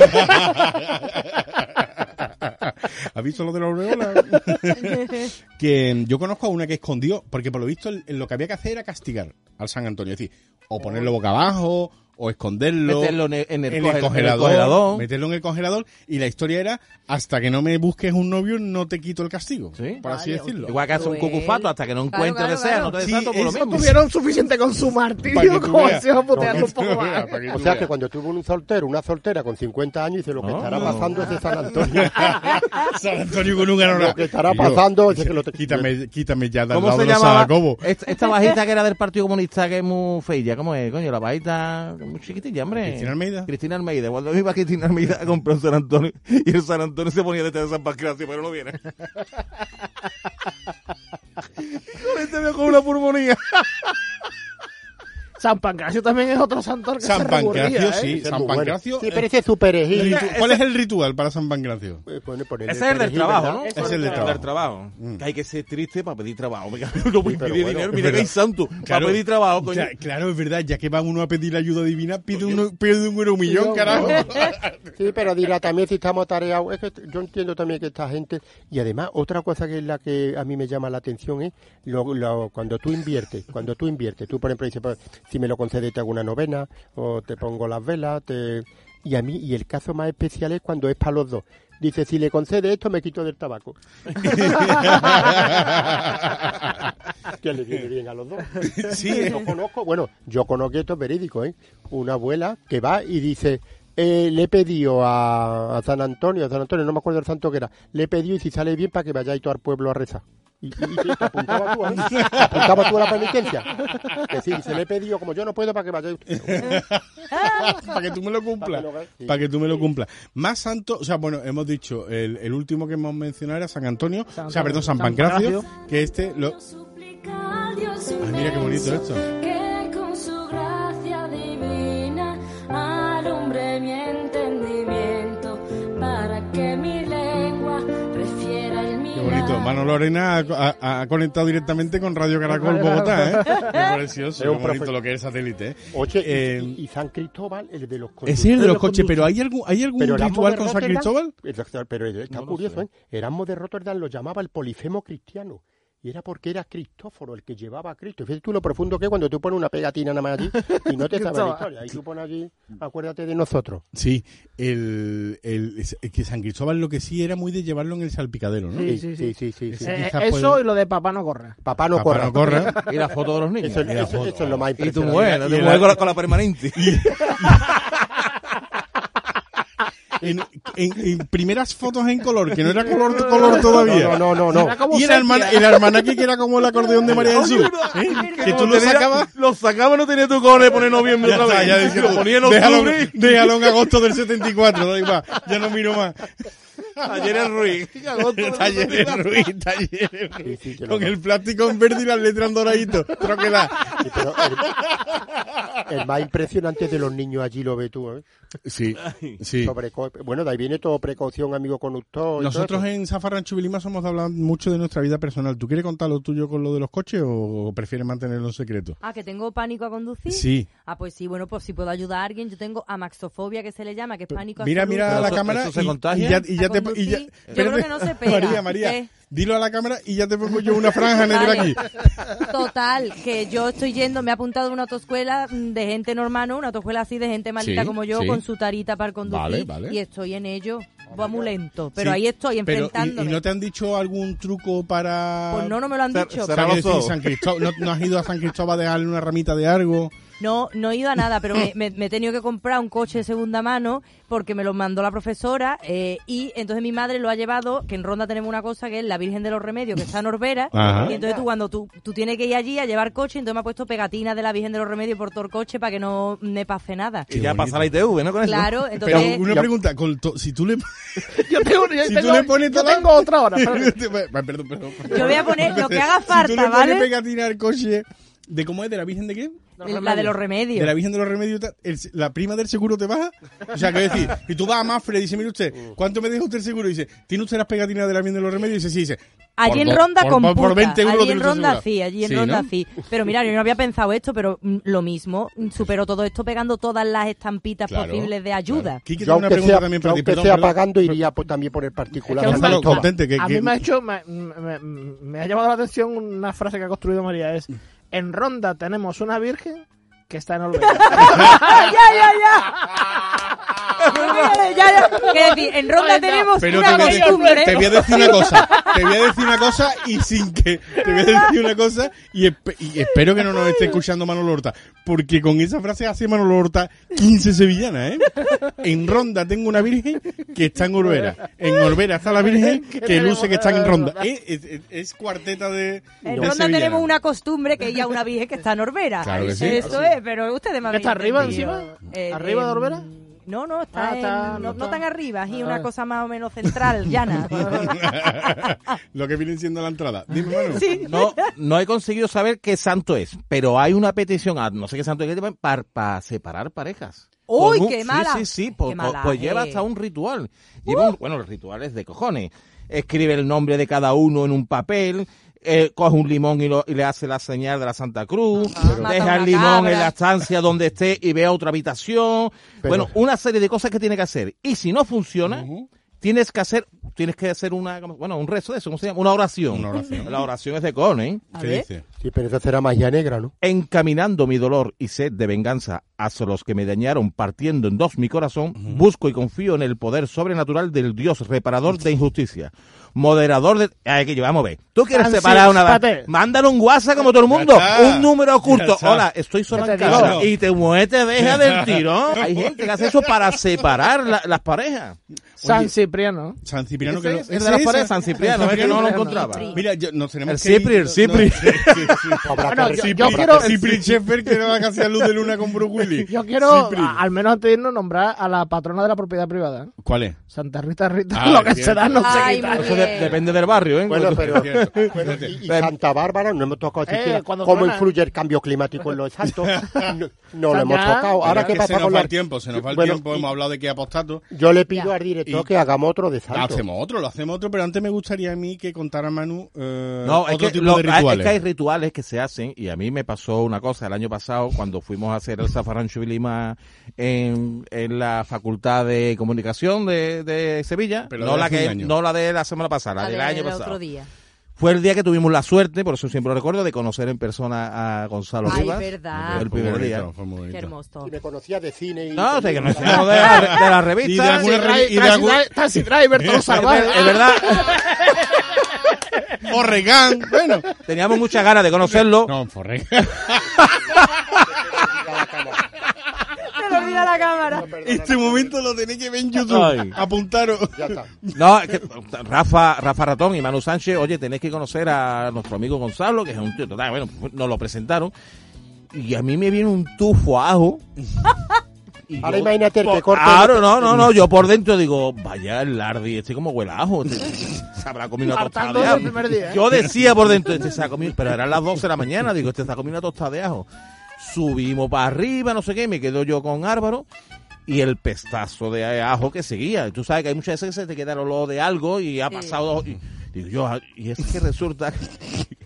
¿Has visto lo de la aureola? que mm, yo conozco a una que escondió, porque por lo visto el- lo que había que hacer era castigar al San Antonio. Es decir, o ponerlo boca abajo, o esconderlo. Meterlo en el- en el coge- en el congelador, congelador. Meterlo en el congelador. Y la historia era: hasta que no me busques un novio, no te quito el castigo. Sí. pues, Por así Vale, decirlo. Igual que hace un Cruel. cucufato hasta que no Claro, encuentre claro, deseo, claro. no te Sí, desato por lo eso mismo. Tuvieron suficiente con su Para que martirio tú como veas. se va a putearlo un poco Para más. que tú O sea veas. que cuando tuvo un soltero, una soltera con 50 años, dice lo que No, estará no. pasando es de San Antonio. Ah, San Antonio con un ganador. Lo que estará pasando es que lo te- Quítame, quítame ya de al ¿Cómo lado se de los llamaba? Saracobo. Esta, esta bajita que era del Partido Comunista, que es muy feilla, ¿cómo es? Coño, la bajita muy chiquitilla, hombre. Cristina Almeida. Cristina Almeida. Cuando iba Cristina Almeida a comprar un San Antonio, y el San Antonio se ponía detrás de San Pancracio, pero no viene. Con este veo con una pulmonía. San Pancracio también es otro santo que San se reburría, Pancracio, ¿eh? sí. Ese es San muy bueno. Pancracio. Sí, eh, pero ese es su perejil. ritu- ¿Cuál es el ritual para San Pancracio? Eh, pone- ponerle Ese es el del perejil, trabajo, ¿verdad? ¿no? Es el del trabajo. Mm. trabajo. Que hay que ser triste para pedir trabajo. Oiga, No voy a pedir bueno, dinero, es mira que hay verdad. santo. Para pedir trabajo, coño. Ya, claro, es verdad, ya que va uno a pedir la ayuda divina, pide, uno, pide un euro millón, carajo. Sí, pero dirá también si estamos atareados. Es que t- yo entiendo también que esta gente. Y además, otra cosa que es la que a mí me llama la atención es lo- lo- cuando tú inviertes. Cuando tú inviertes, tú por ejemplo dices, pues, si me lo concedes, te hago una novena, o te pongo las velas. te- Y a mí, y el caso más especial es cuando es para los dos. Dice, si le concede esto, me quito del tabaco. Que le viene bien a los dos. Sí. Yo conozco, bueno, yo conozco esto es verídico, ¿eh? Una abuela que va y dice, eh, le he pedido a, a San Antonio, a San Antonio, no me acuerdo el santo que era, le he pedido y si sale bien para que vayáis todo al pueblo a rezar. Y, y- y te apuntaba tú, ¿eh? Te apuntaba tú a la penitencia. Que sí, se le he pedido, como yo no puedo, para que vayáis. para que tú me lo cumplas. Para que lo- sí. Para que tú me lo cumplas. Más santo, o sea, bueno, hemos dicho, el, el último que hemos mencionado era San Antonio, o sea, perdón, San San Pancracio, Pancracio. que este lo... suplicar Dios Ay, mira qué bonito inmenso, esto. que con su gracia divina alumbre mi entendimiento para que mi lengua refiera el Qué mirar. bonito. Mano Lorena ha, ha- ha conectado directamente con Radio Caracol Bogotá, ¿eh? Qué Es precioso, qué un bonito profe- lo que es el satélite, ¿eh? Oye, Eh, y, y San Cristóbal, el de los Es el de conductores los coches, pero conductores. ¿hay algún, ¿hay algún Pero Erasmo ritual de con San Rotterdam- Cristóbal? Exacto, pero está No lo curioso, sé. ¿eh? Erasmo de Rotterdam lo llamaba el polifemo cristiano. Y era porque era Cristóforo el que llevaba a Cristo. Y Fíjate tú lo profundo que es cuando tú pones una pegatina nada más allí y no te sabes la historia. Y tú pones allí, acuérdate de nosotros. Sí, el, el, es- es que San Cristóbal lo que sí era muy de llevarlo en el salpicadero, ¿no? Sí, sí, sí. sí, sí, sí. Ese- Eh, quizás eso puede- y lo de papá no corra. Papá no Papá corra. no corra. Y la foto de los niños. Eso- eso- eso es lo más Y tu impresionante. mujer, ¿no? Y tu la- mujer con la, con la permanente. En, en- en primeras fotos en color, que no era color, color todavía. No, no, no, no. no. como Y el, alman el almanaque que era como el acordeón de María Jesús. ¿eh? Que tú lo sacabas. Lo sacaba no tenía tu cojones de poner noviembre Ya otra está, vez. ya lo ponía en dijeron, déjalo, octubre. déjalo en agosto del 74, da igual, ya no miro más. Ayer en Ruiz. Talleres Ruiz, Talleres Ruiz. Sí, sí, que lo Con no. el plástico en verde y las letras en doradito. Troquedad. Sí, pero el, el más impresionante de los niños allí lo ve tú. ¿eh? Sí, sí. Sobreco- bueno, de ahí viene todo precaución, amigo conductor. y Nosotros todo eso. en Zafarrancho Vilima somos de hablar mucho de nuestra vida personal. ¿Tú quieres contar lo tuyo con lo de los coches o prefieres mantenerlo en secreto? Ah, que tengo pánico a conducir. Sí. Ah, pues sí, bueno, pues si puedo ayudar a alguien, yo tengo amaxofobia que se le llama, que es pánico Mira, absoluto. mira a Pero la eso- cámara eso se y- y, contagia. ya, y ya A te... conducir. y ya- Yo creo que no se pega. María, María, ¿Qué? dilo a la cámara y ya te pongo yo una franja negra Vale. aquí. Total, que yo estoy yendo, me he apuntado a una autoescuela mm, de gente normal, ¿no? Una autoescuela así de gente malita Sí, como yo, sí. con su tarita para conducir. Vale, vale. Y estoy en ello, va muy lento. Pero Sí, ahí estoy, pero, ¿y- enfrentándome. ¿y, no te han dicho algún truco para...? Pues no, no me lo han Cer- dicho. O sea, Cerrar los quiero decir, ojos. San Cristóbal, ¿no, no has ido a San Cristóbal a dejarle una ramita de algo? No, no he ido a nada, pero me, me- me he tenido que comprar un coche de segunda mano porque me lo mandó la profesora eh, y entonces mi madre lo ha llevado, que en Ronda tenemos una cosa que es la Virgen de los Remedios, que está en Orbera, Ajá. y entonces tú cuando tú, tú tienes que ir allí a llevar coche, entonces me ha puesto pegatinas de la Virgen de los Remedios por todo el coche para que no me pase nada. Y ya pasa la ITV, ¿no? Con eso. Claro, Pero entonces... una Ya. pregunta, con to- si tú le... Yo tengo, yo Si tú tengo- le pones yo toda- tengo otra hora. espérate. perdón, perdón, perdón. Yo voy a poner lo que haga Si tú falta, le ¿vale? pones pegatina al coche... ¿De cómo es? ¿De la Virgen de qué? La de los remedios. De la Virgen de los Remedios, tal, el- la prima del seguro te baja. O sea, quiero decir, y tú vas a Mafre y dices, mire usted, ¿cuánto me deja usted el seguro? Y dice, ¿tiene usted las pegatinas de la Virgen de los Remedios? Y dice, sí, dice. Allí por en do- Ronda por- con por, por puta. 20 euros allí lo en tiene usted Ronda asegurado. sí, allí en Sí, Ronda ¿no? sí. Pero mira, yo no había pensado esto, pero mm, lo mismo, mm, supero todo esto pegando todas las estampitas Claro, posibles de ayuda. claro. Yo Quique, tengo una aunque pregunta sea, también yo para ti. aunque Perdón, sea perdón. pagando, iría pues, también por el particular. Es que Gonzalo, me ha- toma. contente, que- a mí que- me ha hecho, me, me- me- me ha llamado la atención una frase que ha construido María. Es, en Ronda tenemos una virgen que está en Olvera. ¡Ah, ya, ya, ya! Eh, ya, ya, ya. Quiero decir, en Ronda Ay, no. tenemos Pero te una voy, a, costumbre. decir- te voy a decir una cosa, te voy a decir una cosa y sin que, te voy a decir una cosa y, espe- y espero que no nos esté escuchando Manolo Horta, porque con esa frase hace Manolo Horta 15 sevillanas, ¿eh? En Ronda tengo una virgen que está en Orbera, en Orbera está la virgen que luce que está en Ronda, Eh, es, es- es cuarteta de, de En Ronda sevillanas. tenemos una costumbre que ella una virgen que está en Orbera. Claro que sí. Eso es, pero ustedes me ¿Que está habéis arriba entendido. Eh, encima? ¿Arriba de Orbera? No, no, está, Ah, está, en- no no, no está. tan arriba, es una Ah. cosa más o menos central, llana. Lo que viene siendo la entrada. Dime, Manu. Sí. No, no he conseguido saber qué santo es, pero hay una petición a no sé qué santo es para, para separar parejas. ¡Uy, Con qué sí, mala! Sí, sí, po- ¡Qué po- mala, pues eh! Uh. lleva hasta un ritual. Lleva un- bueno, los rituales de cojones. Escribe el nombre de cada uno en un papel, eh, coge un limón y, lo- y le hace la señal de la Santa Cruz, Ajá, Ah, mata deja el una limón cabra. en la estancia donde esté y ve otra habitación. Pero- bueno, una serie de cosas que tiene que hacer. Y si no funciona, tienes que hacer, tienes que hacer una, bueno, un rezo de eso, ¿cómo se llama? Una oración. Una oración. La oración es de cojones. ¿eh? A ¿Qué ver. dice? Sí, pero esa será magia negra, ¿no? encaminando mi dolor y sed de venganza hacia los que me dañaron partiendo en dos mi corazón, busco y confío en el poder sobrenatural del Dios reparador de injusticia. Moderador de... Ay, que yo, vamos a ver. ¿Tú quieres Francis, separar una... espérate. Mándale un WhatsApp como todo el mundo. Ya está. Un número Ya oculto. está. Hola, estoy solo Ya en te casa. digo. Y te mueves, te deja del tirón. Hay gente que hace eso para separar la- las parejas. San Cipriano. San Cipriano Ese que no- es, el de ese las es, paredes, ese- San Cipriano, San Eh, es que no lo Cipriano. encontraba. Mira, yo- nos tenemos El que Cipri, ir- el no- Cipri. no, sí, sí, sí. Bueno, yo, Cipri, yo quiero, Cipri Sheffer que no va casi a luz de luna con Bruce Willis. yo quiero Cipri. a- al menos antes de irnos, nombrar a la patrona de la propiedad privada. ¿eh? ¿Cuál es? Santa Rita Rita, Ah, lo que cierto. se da no se Ay, quita. muy Eso de- bien. depende del barrio, ¿eh? Bueno, pero, Cierto. bueno, y, y Santa Bárbara no hemos tocado Eh, siquiera cuando cómo suena- influye el cambio climático en los santos. No, no lo Ya. hemos Ah. tocado. Ahora, ¿qué que se pasa nos con va la... el tiempo, se nos va el Bueno, tiempo, y- hemos hablado de que apostato. Yo le pido Ya. al director Y- que hagamos otro de santo. Hacemos otro, lo hacemos otro, pero antes me gustaría a mí que contara Manu eh, No, otro es que, tipo lo- de hay- rituales. es que hay rituales que se hacen y a mí me pasó una cosa el año pasado cuando fuimos a hacer el Zafarrancho y Lima en, en la Facultad de Comunicación de, de Sevilla, Pero no de la hace que un año. no la de la semana pasada, la A del ver, año el otro pasado. día. Fue el día que tuvimos la suerte, por eso siempre lo recuerdo, de conocer en persona a Gonzalo Ay, Rivas. verdad. El Fue primer muy día. bonito, fue muy bonito. Qué hermoso. Y me conocía de cine y... No, de que nos enteramos de, la, de la revista. Y de alguna Taxi re- y de Drive- algún- Taxi Drive- Taxi Driver, todo Es salvaje. ver- es verdad, Forregán, bueno. teníamos muchas ganas de conocerlo. No, Forregán. Se le olvida la cámara. Este momento lo tenéis que ver en YouTube. Ay. Apuntaros. Ya está. No, es que Rafa, Rafa Ratón y Manu Sánchez, oye, tenéis que conocer a nuestro amigo Gonzalo, que es un tío total, bueno, nos lo presentaron. Y a mí me viene un tufo a ajo. Y Ahora yo- imagínate el que corte... Claro, no, no, no, yo por dentro digo, vaya el lardi, este como huele a ajo. este se habrá comido una tostada Hartando de del primer ajo. día, ¿eh? Yo decía por dentro, este se ha comido, pero eran las 12 de la mañana, digo, este se ha comido una tostada de ajo. Subimos para arriba, no sé qué, me quedo yo con Álvaro y el pestazo de ajo que seguía. Tú sabes que hay muchas veces que se te queda el olor de algo y ha Sí. pasado... y- digo yo, ah, y es que resulta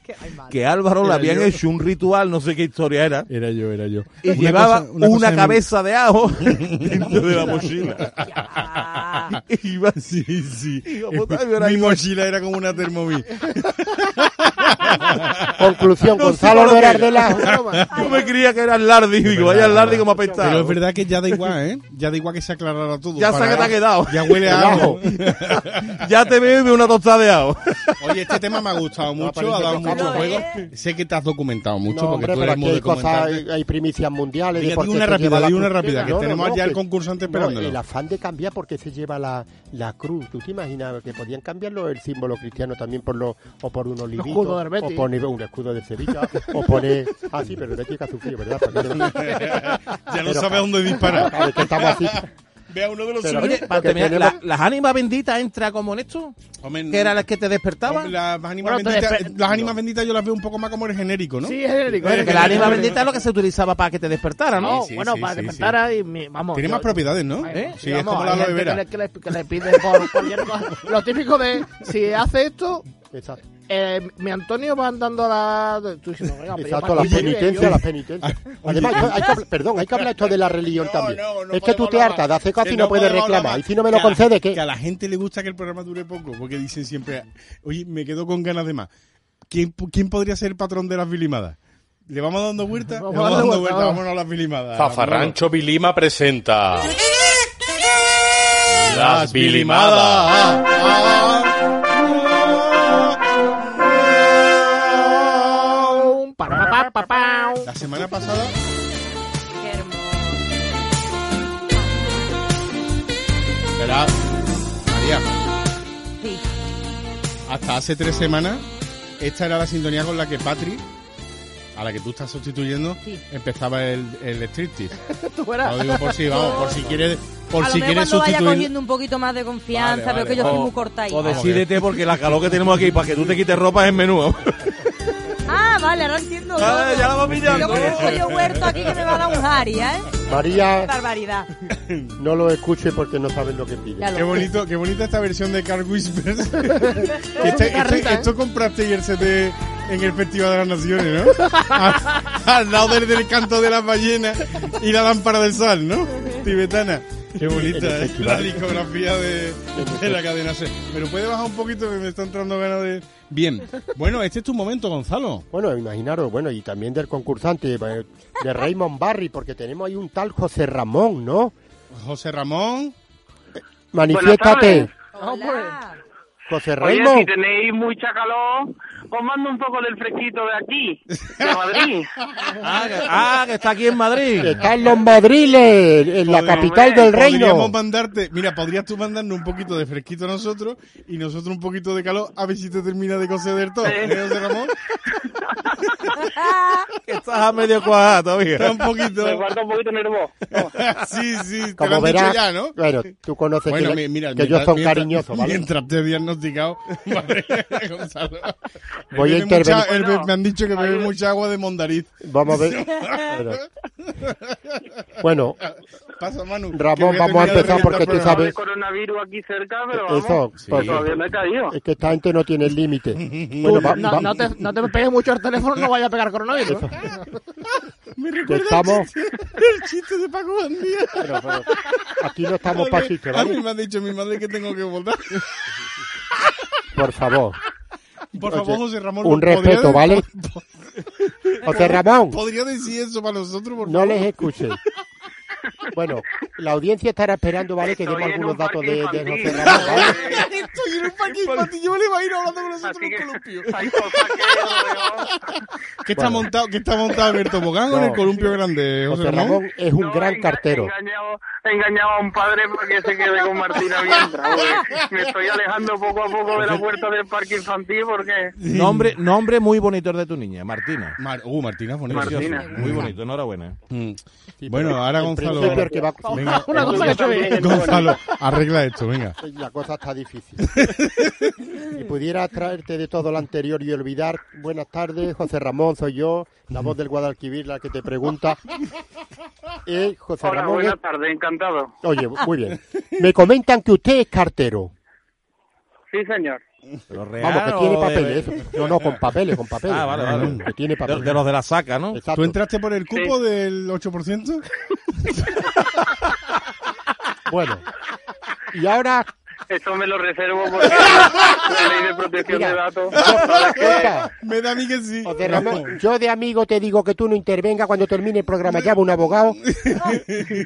Que- ay, madre. que a Álvaro le Era habían yo. hecho un ritual, no sé qué historia era, Era yo, era yo. y Una llevaba cosa- una, cosa de- cabeza de ajo dentro de la mochila. Ya. Y iba así. Sí, sí. Digo, puta, yo era Mi igual. mochila era como una termovil. Conclusión, No sé Gonzalo lo no que era era. de la... Yo me creía que era el Lardi. Digo, vaya el Lardi como apestado. Pero es verdad que ya da igual, ¿eh? Ya da igual que se aclarara todo. Ya sabe que te ha quedado. Ya huele a ajo. Ya te bebe una tostada de ajo. Oye, este tema me ha gustado mucho, parece ha dado que mucho no, juego. ¿eh? Sé que te has documentado mucho No, porque hombre, tú pero eres aquí muy hay cosas, documentante. hay, hay primicias mundiales. Venga, de por di qué una se rápida, lleva la di una cruz. rápida, Venga, que tenemos aquí al concursante esperándolo. el afán de cambiar porque se lleva la, la cruz. ¿Tú te imaginas que podían cambiarlo el símbolo cristiano también por lo, o por un olivito? escudo del Betis. O poner un escudo de Sevilla. o poner... Ah, sí, pero el Betis que ha sufrido, ¿verdad? Porque no- Ya no Pero sabe a claro. dónde disparar. Claro, que estamos así. Ve a uno de los Pero- suyos. Oye, para Que terminar, tenemos- la- ¿las ánimas benditas entra como en esto? Hombre, ¿Que era las que te despertaban? hombre, las ánimas Bueno, te benditas, despe- las ánimas benditas yo las veo un poco más como el genérico, ¿no? Sí, es genérico. Bueno, que la ánima bendita es lo que se utilizaba para que te despertara, ¿no? No, Sí, sí, bueno, sí, para sí, despertar ahí, mi- vamos. Tiene yo- más propiedades, ¿no? ¿Eh? Sí, es vamos, como la hay aloe gente vera. Que le, que le- que le pide por cualquier cosa. Lo típico de, si hace esto, Exacto. eh, mi Antonio va andando a la... Tú dices, no, venga, pero yo Exacto, la para ti vive, penitencia, yo- la penitencia. Además, hay que hablar- perdón, hay que hablar esto de la religión eh, No, también. no, no es que tú podemos te hablar hartas de más. hacer cosas Que y no puedes podemos hablar reclamar. Y más. si no me Que lo a- concedes, ¿qué? Que a la gente le gusta que el programa dure poco, porque dicen siempre, oye, me quedo con ganas de más. ¿Quién, po- quién podría ser el patrón de las vilimadas? Le vamos dando vueltas, le Vamos vamos dando dando vueltas, vueltas, vamos. vámonos a las vilimadas. Zafarrancho Vilima presenta. Las Las Ah, Vilimadas. ah. Pum, pa, pa, pa, pa, pa. La semana pasada Qué hermoso. Espera, María, Sí. hasta hace tres semanas, esta era la sintonía con la que Patri, a la que tú estás sustituyendo, Sí. empezaba el, el striptease. Tú verás. Lo digo por si, vamos, por si quieres, por a lo si mejor quieres cuando vaya sustituir. cogiendo un poquito más de confianza, Vale, pero que vale. yo estoy O- muy corta ahí. O Oh, decídete porque la calor que tenemos aquí para que tú te quites ropa es en menudo. Ah, vale, ahora entiendo. todo. Ah, ya la vas pillando. Yo con un pollo huerto aquí que me va a dar un haria, ¿eh? Qué María, barbaridad. no lo escuche porque no sabes lo que Ya pide. lo- Qué bonito, qué bonita esta versión de Car Whispers. Que este- este- esto compraste y el CD en el Festival de las Naciones, ¿no? A- al lado del, del canto de las ballenas y la lámpara del sal, ¿no? Tibetana. Qué En el bonita es la festival. discografía de, de la cadena C. ¿Me lo puede bajar un poquito que me está entrando ganas de...? Bien. Bueno, este es tu momento, Gonzalo. Bueno, imaginaros, bueno, y también del concursante, eh, de Raymond Barry, porque tenemos ahí un tal José Ramón, ¿no? José Ramón. Manifiéstate, Hola. José pues, Oye, si Raymond. tenéis mucha calor, os mando un poco del fresquito de aquí, de Madrid. Ah, que, ah, que está aquí en Madrid. Está en los Madriles, en la Podríamos- capital del reino. Podríamos mandarte... Mira, podrías tú mandarnos un poquito de fresquito a nosotros y nosotros un poquito de calor a ver si te termina de conceder todo. ¿Eh, José Ramón? Que estás a medio cuadrado Está todavía. un poquito... Me guarda un poquito nervioso. Sí, sí, te lo Como han verás, dicho ya, ¿no? bueno, tú conoces Bueno, que, mi- mira, que yo mientras- soy mientras- cariñoso, ¿vale? Mientras te he diagnosticado, vale, Gonzalo. Voy a Bebe intervenir. mucha- el be- Bueno, me han dicho que bebe ahí- mucha agua de Mondariz. Vamos a ver. Bueno. Bueno, Pasa, Manu. que Ramón, voy vamos a terminar de empezar reventar porque tú el Hablaba programa. de sabes- coronavirus aquí cerca, pero vamos, eso, pues, todavía no he caído. es que esta gente no tiene límite. Bueno, va- No, va- no te, no te pegues mucho al teléfono, no vaya a pegar coronavirus. ¿no? Me recuerda estamos- el, chiste, el chiste de Paco Bandía. pero- pero aquí no estamos para Madre, chiste, A mí ¿vale? me ha dicho mi madre que tengo que votar. Por favor. Por Oye, favor, José Ramón. un ¿podría respeto, de- ¿vale? po- José Ramón, ¿Podría decir eso para nosotros? Por no favor? les escuche. Bueno, la audiencia estará esperando, ¿vale? Que demos Estoy en algunos un datos parque de, de infantil. José Ramón, ¿vale? Estoy en un parque infantil. Yo le iba a ir hablando con nosotros Así en que, un columpio. hay cosas que... no veo. ¿Qué está Bueno. montado? ¿Qué está montado Alberto Bogán o en No. el columpio grande, José, José Ramón es un No, gran enga- cartero. Engañado, engañado a un padre para que se quede con Martina mientras. porque Me estoy alejando poco a poco de la puerta del parque infantil porque... Nombre, nombre muy bonito de tu niña, Martina. Mar- uh, Martina es bonito. Martina. Muy bonito, enhorabuena. Mm. bueno, ahora En Gonzalo. principio el que va- Venga, Una cosa que he hecho bien. ¿eh? Gonzalo, arregla esto, venga. La cosa está difícil. si pudiera traerte de todo lo anterior y olvidar, buenas tardes, José Ramón, soy yo, la voz del Guadalquivir, la que te pregunta. Eh, José Hola, Ramón, buenas eh, tardes, encantado. oye, muy bien. Me comentan que usted es cartero. Sí, señor. Pero real Vamos, que tiene o papeles. de- eso. No, no, con papeles, con papeles. Ah, vale, vale. Que tiene De, papeles. de los de la saca, ¿no? Exacto. ¿Tú entraste por el cupo del 8%? Bueno. Y ahora, Esto me lo reservo porque la ley de protección Mira. de datos. Escucha, Me da a mí que sí. José Ramón, yo de amigo te digo que tú no intervengas cuando termine el programa, llama un abogado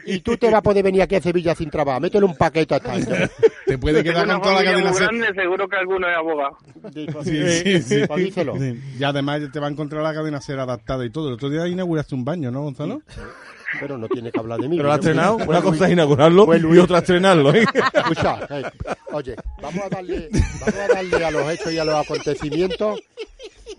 y tú te vas a poder venir aquí a Sevilla sin trabajo. Métele un paquete a esta gente. Te puede Tengo quedar una con toda la familia cadena muy C. grande, seguro que alguno es abogado. Sí, sí, sí. Pues díselo. Sí. Y además te va a encontrar la cadena ser adaptada y todo. El otro día inauguraste un baño, ¿no, Gonzalo? Pero no tiene que hablar de mí. Pero lo ha estrenado. Fue Una Luis- cosa es inaugurarlo Fue y Luis. otra estrenarlo. ¿eh? Escucha, eh, oye, vamos a, darle, vamos a darle a los hechos y a los acontecimientos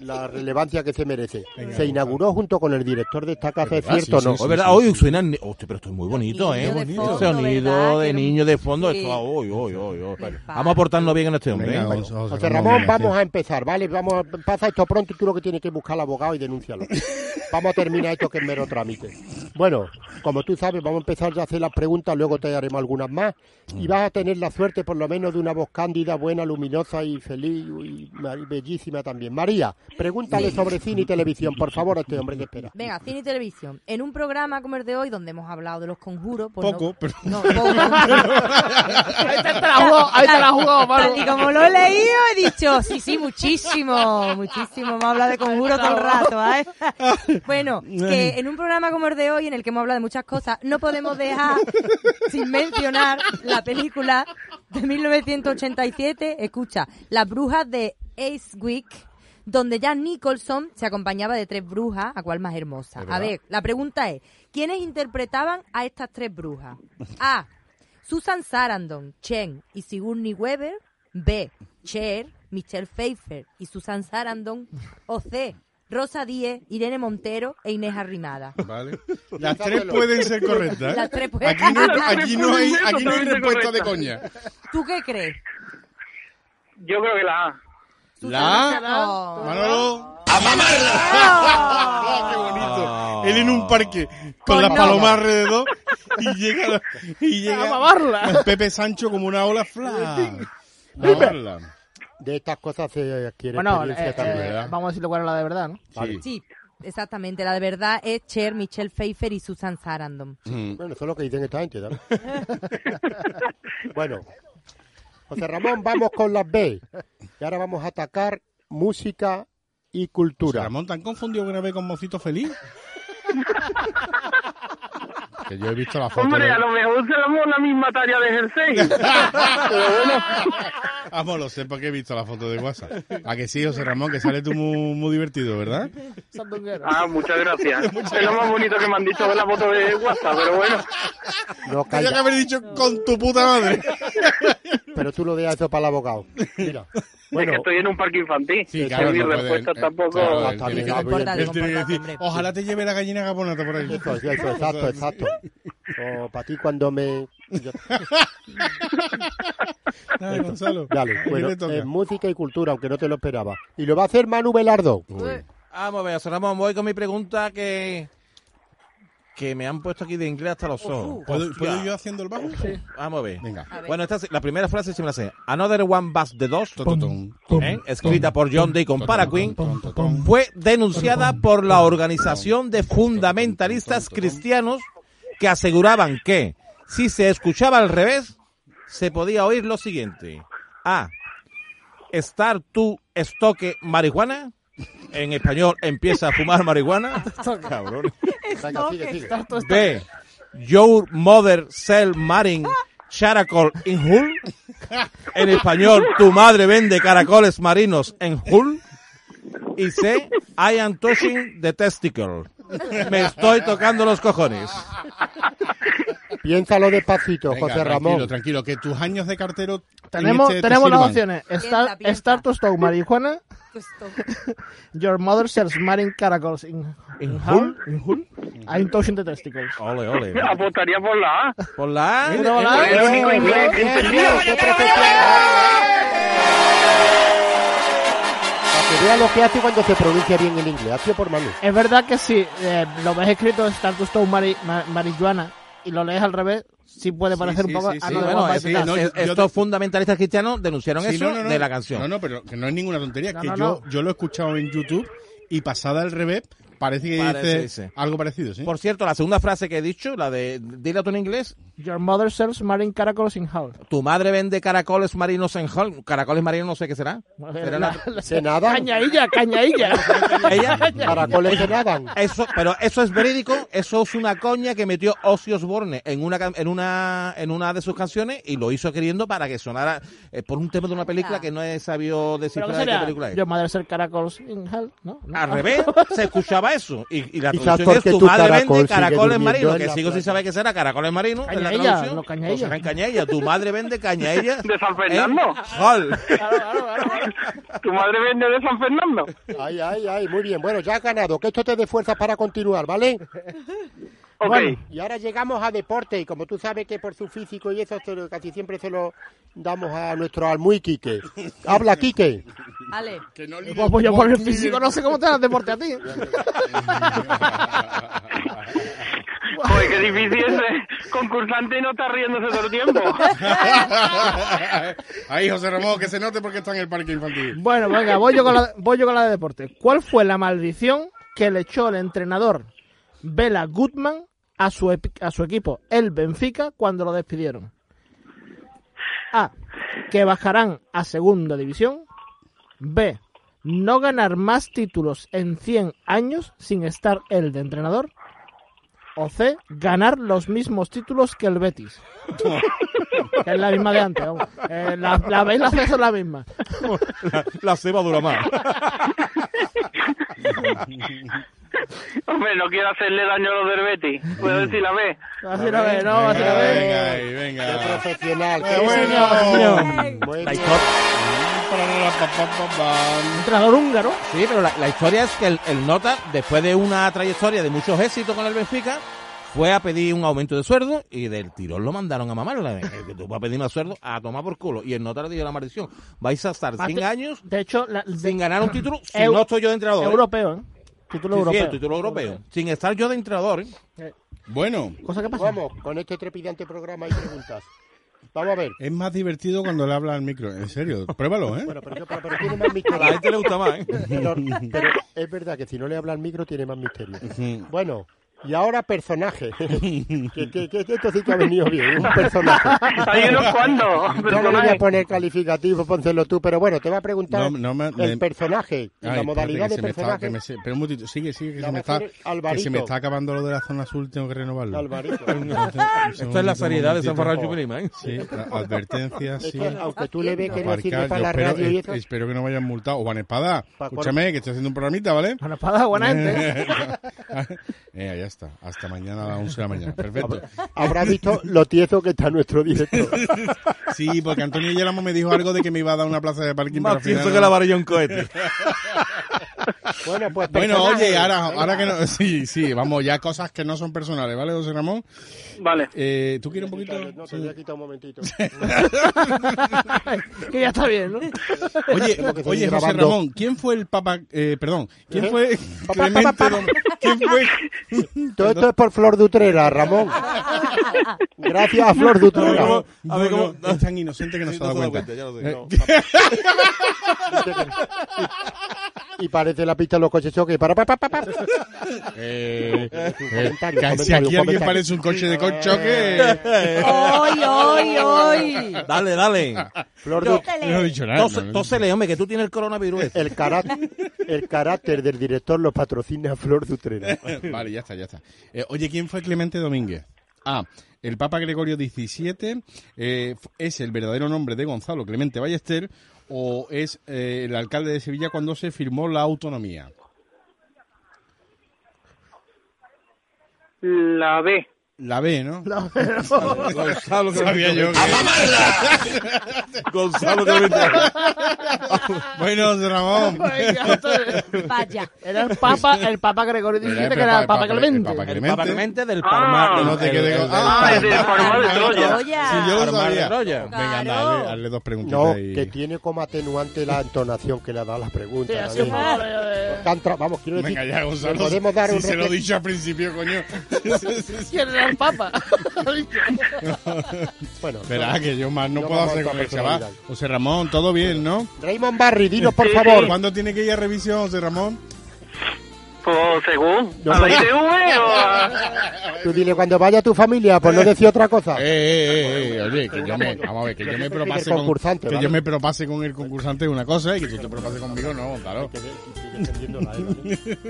la relevancia que se merece. se inauguró junto con el director de esta Ah, casa, ¿es verdad, cierto o sí, no? sí, Es verdad, hoy suena. ni- Hostia, pero esto es muy bonito, ¿eh? Niño de Bonito. fondo, Ese sonido ¿verdad? de Que- niño de fondo. Sí. Esto, hoy, hoy, hoy, hoy. Vale. Vamos a aportarnos bien en este hombre. ¿eh? Venga, José, José José Ramón, venga, vamos a empezar, ¿vale? Vamos, a- pasa esto pronto y tú lo que tienes que es buscar al abogado y denunciarlo. Vamos a terminar esto que es mero trámite. Bueno, como tú sabes, vamos a empezar ya a hacer las preguntas, luego te haremos algunas más. Y vas a tener la suerte, por lo menos, de una voz cándida, buena, luminosa y feliz y ma- y bellísima también. María, pregúntale sobre cine y televisión, por favor, a este hombre que espera. Venga, cine y televisión. En un programa como el de hoy, donde hemos hablado de los conjuros... pues Poco, no- pero- No, poco. Ahí te, te la jugó, ahí te la jugó, Manu. Tal y como lo he leído, he dicho, sí, sí, muchísimo, muchísimo. Hemos hablado de conjuro todo el rato, ¿eh? Bueno, que en un programa como el de hoy, en el que hemos hablado de muchas cosas, no podemos dejar sin mencionar la película de 1987, escucha, Las brujas de Eastwick, donde Jan Nicholson se acompañaba de tres brujas, a cuál más hermosa. A ver, la pregunta es, ¿quiénes interpretaban a estas tres brujas? A. Susan Sarandon, Chen y Sigourney Weaver. B. Cher, Michelle Pfeiffer y Susan Sarandon. O C. Rosa Díez, Irene Montero e Inés Arrimada. Vale. Las tres pueden ser correctas. ¿eh? Las tres pueden- Aquí no, Las tres aquí no pueden hay, ser aquí no hay totalmente respuesta de correctas. coña. ¿Tú qué crees? Yo creo que la A. La Sarandon. Ah. Manolo. ¡A ¡Qué bonito! Él en un parque con Con las no. palomas alrededor y llega, y A llega mamarla. Pepe Sancho como una ola fla. A verla. De estas cosas se adquiere Bueno, experiencia eh, eh, también. ¿verdad? vamos a decirlo cuál era la de verdad, ¿no? Sí. Sí. Exactamente, la de verdad es Cher, Michelle Pfeiffer y Susan Sarandon. Bueno, eso es lo que dicen esta gente, ¿no? bueno, José Ramón, vamos con las B. Y ahora vamos a atacar música y cultura. Ramón, ¿te han confundido una vez con Mocito Feliz? que yo he visto la foto. Hombre, de- a lo mejor tenemos la misma talla de jersey. Pero bueno, Vamos, Ah, lo sé porque he visto la foto de WhatsApp. A que sí, José Ramón, que sale tú muy, muy divertido, ¿verdad? ah, muchas gracias. es lo más bonito que me han dicho de la foto de WhatsApp, pero bueno. No, Tenía que calla, haber dicho con tu puta madre. pero tú lo dejas eso para el abogado. Mira. es Bueno, que estoy en un parque infantil. Sí, Esa claro, es mi no puede- respuesta eh, tampoco. claro, él Está tiene bien, que- está bien. él tiene que decir, Hombre. ojalá te lleve la gallina gabonata por ahí. eso, eso, eso, exacto, exacto. O para ti cuando me... yo- Dale, Gonzalo. ¿a Dale, quién bueno, le toca? eh, música y cultura, aunque no te lo esperaba. Y lo va a hacer Manu Velardo. Vamos a ver, José Ramón, voy con mi pregunta que. que me han puesto aquí de inglés hasta los ojos. ¿Puedo, Hostia. puedo yo haciendo el bajo? Sí. Vamos a ver. Venga. Bueno, esta, es- la primera frase sí me la sé. Another One Bus de Dos, ¿eh? escrita por John Day con Paraquin, fue denunciada por la organización de fundamentalistas cristianos que aseguraban que si se escuchaba al revés, se podía oír lo siguiente. A. Estar tú estoque marihuana. En español, empieza a fumar marihuana. Cabrón. Venga, sigue, sigue. B. Your mother sell marine characol in Hull. En español, tu madre vende caracoles marinos en Hull. Y C. I am touching the testicle. Me estoy tocando los cojones. Piénsalo despacito, Venga, José tranquilo, Ramón. tranquilo, que tus años de cartero en Tenemos, este te tenemos las sirvan. opciones. Star, piensa. Star to Stone, marihuana. Pues to- Your mother sells marine caracols in, In Hull. In Hull. I'm touching the testicles. Ole, ole. Apostaría por la A. Por la A. Mira, hola. Es el único Bien, inglés que he entendido. Para que vea lo que hace cuando se pronuncia bien el inglés. Hace por Manu. Es verdad que si eh, lo ves escrito Star to Stone, mari, ma- marihuana y lo lees al revés, sí puede Sí, parecer sí, un poco. sí, ah, sí. no, de Sí, bueno, guapa, es- sí, tal. no, es- yo- estos fundamentalistas cristianos denunciaron Sí, eso no, no, no. de la canción. No, no, pero que no es ninguna tontería, No, que no, yo, no. yo lo he escuchado en YouTube y pasada al revés, parece que Parece, dice sí. algo parecido, ¿sí? Por cierto, la segunda frase que he dicho, la de dile tú en inglés, Your mother sells marine caracoles in Hull. tu madre vende caracoles marinos en Hull. Caracoles marinos no sé qué será. Será la- Se nadan. Cañailla, cañailla. Ella- Caracoles se nadan. Eso, pero eso es verídico, eso es una coña que metió Ozzy Osbourne en una can- en una en una de sus canciones y lo hizo queriendo para que sonara eh, por un tema de una película que no he sabido ¿Pero qué descifrar de qué sería? película es. Your mother sells caracoles in Hull, ¿no? no. Ah. Al revés, se escuchaba eso y, y la Quizás traducción es porque tu tu madre caracol vende sigue caracoles durmiendo marinos, en que la sigo sin playa. saber qué será caracoles marinos en la Cañailla, traducción. los cañaillas. Pues serán cañaillas. tu madre vende ¿Eh? cañaillas. ¿De San Fernando? en Hull. ¿Tu madre vende de San Fernando? Ay, ay, ay. Muy bien. Bueno, ya has ganado. Que esto te dé fuerzas para continuar, ¿vale? Ok. Bueno, y ahora llegamos a deporte. Y como tú sabes que por su físico y eso se lo- casi siempre se lo damos a nuestro almuy Quique. Habla, Quique. Ale, Que no Pues, pues yo por el físico no sé cómo te dan deporte a ti. Joder, qué difícil ese concursante y no está riéndose todo el tiempo. Ahí, José Ramón, que se note porque está en el parque infantil. Bueno, venga, voy yo, con la, voy yo con la de deporte. ¿Cuál fue la maldición que le echó el entrenador Bela Goodman a su, epi- a su equipo, el Benfica, cuando lo despidieron? A. Que bajarán a segunda división. B. No ganar más títulos en 100 años sin estar él de entrenador. O C. Ganar los mismos títulos que el Betis. que es la misma de antes. vamos. Eh, la, la B y la C son la misma. La, la ceba dura más. Hombre, no quiero hacerle daño a los del Betis. Puedo decir la B. Así no ve, no, así no venga, ve. venga, ahí, venga. Profesional. Eh, Qué bueno. Ah, Muy La bien. historia- Entrenador húngaro. sí, pero la, la historia es que el, el Nota, después de una trayectoria de muchos éxitos con el Benfica, fue a pedir un aumento de sueldo y del tirón lo mandaron a mamarla. Eh, Que tú vas a pedir más sueldo a tomar por culo. Y el Nota le dijo la maldición. Vais a estar 100 Mate- Pues años De hecho, la- de- sin ganar un título si Eu- no estoy yo de entrenador. ¿eh? europeo, ¿eh? Título Sí, sí, europeo. el título europeo. Sin estar yo de entrenador. ¿eh? Bueno, Cosa que pasa. Vamos con este trepidante programa y preguntas. Vamos a ver. Es más divertido cuando le habla al micro. En serio, pruébalo, ¿eh? Bueno, pero, pero- pero tiene más misterio. A la gente le gusta más, ¿eh? Pero, pero es verdad que si no le habla al micro tiene más misterio. Ujú. Bueno, y ahora personaje. que, que- que esto sí que ha venido bien, un personaje. Hay unos cuantos. Yo no le voy a personajes. poner calificativo, pónselo tú, pero bueno, te va a preguntar No, no me- el me- personaje, y Ay, la espérate, modalidad que de se me está- personaje. que me se- pero un momentito, sigue, sigue, que La se, va me a está, hacer que se me Alvarito. está acabando lo de la zona azul, tengo que renovarlo. Alvarito. Entonces, Esto un es la segundito, seriedad de un San momentito. Ferran Jubilima, ¿eh? Sí, la- advertencia, Es sí. que, aunque tú le ves que no sirve Aparcar, para yo la radio y eso, espero, es- espero que no me hayan multado. O Juan Espada, Pa' cor- escúchame, que estoy haciendo un programita, ¿vale? Bueno, espada, buena gente. ¿eh? Eh, ya está. Hasta mañana a las 11 de la mañana. Perfecto. habrá visto lo tieso que está nuestro directo. Sí, porque Antonio Yelamo me dijo algo de que me iba a dar una plaza de parking Más para final. pienso que la varilla un cohete. Bueno, pues Bueno, personaje. oye, ahora, ahora que no... Sí, sí, vamos, ya cosas que no son personales, ¿vale, José Ramón? Vale. Eh, ¿Tú quieres un No, poquito? te Sí. voy a quitar un momentito. que ya está bien, ¿no? Oye, Tengo que seguir oye, José grabando. Ramón, ¿quién fue el papa... eh, perdón, ¿quién ¿Eh? fue Papá, Clemente papá, papá. Dom- ¿Quién fue...? Todo esto es por Flor Dutrera, Ramón. Gracias a Flor A ver cómo- Dutrera. a ver cómo- es tan inocente que no Sí, se ha dado cuenta. ya lo sé. Eh, No. Y parece la pista de los coches choque. Para, pa, pa, pa, pa. Eh, eh, comentario, ca- comentario, si aquí alguien comentario. parece un coche de coche choque, ¡Hoy, hoy, hoy! Dale, dale. Flor Du- no he dicho nada. Entonces, no, no. entonces, León, que tú tienes el coronavirus. este. ese. el, carácter, el carácter del director lo patrocina Flor Dutrera. Vale, ya está, ya está. Eh, oye, ¿quién fue Clemente Domínguez? A. El Papa Gregorio XVII eh, f- es el verdadero nombre de Gonzalo Clemente Ballester o es eh, el alcalde de Sevilla cuando se firmó la autonomía. La B. La B, ¿no? pues, Gonzalo que Sabía yo que- Gonzalo que Bueno, don Ramón. Vaya. Era el Papa, el Papa Gregorio XVII, que era el Papa Clemente. El Papa El Papa Clemente. Clemente del Ah, Parma. No te el- quedes el- con- el- Ah, es del Palmar de Troya. Sí, yo lo Armar de sabía. Troya. Venga, anda, Claro. hazle, hazle dos preguntitas No, ahí. que tiene como atenuante la entonación que le ha dado las preguntas. Sí, ha sido David. malo, eh, eh. Tan tra- Vamos, quiero decir, Venga, ya, Gonzalo. podemos dar si un se lo he rec- dicho al principio, coño. ¿Quién era el Papa? Bueno, Verá que yo más no Yo puedo vamos hacer a con el personalidad. chaval. José Ramón, todo bien, ¿no? Raymond Barry, dinos por Sí, favor. ¿Cuándo tiene que ir a revisión, José Ramón? Pues según. No, ¿A la no. ITV o a.? Tú dile cuando vaya tu familia, por no decir otra cosa. Eh, eh, eh, eh, oye, que yo me, vamos a ver, que yo me propase con, concursante, que ¿vale? yo me propase con el concursante es una cosa y que tú te propases conmigo, no, Gonzalo.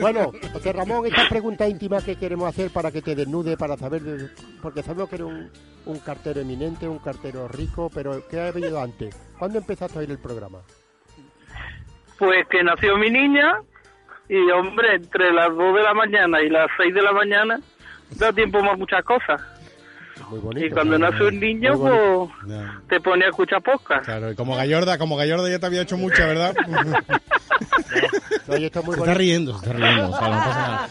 Bueno, José Ramón, esta pregunta íntima que queremos hacer para que te desnude, para saber, de- porque sabemos que eres un, un cartero eminente, un cartero rico, pero ¿qué ha venido antes? ¿Cuándo empezaste a oír el programa? Pues que nació mi niña y, hombre, entre las 2 de la mañana y las 6 de la mañana da tiempo más muchas cosas. Muy bonito. Y cuando nace un niño, Muy bonito. pues No, te pone a escuchar podcast. claro, y como Gallorda, como Gallorda ya te había hecho mucha, ¿verdad? No, y esto es muy Se está bonito. riendo, se está riendo, o sea, no pasa nada.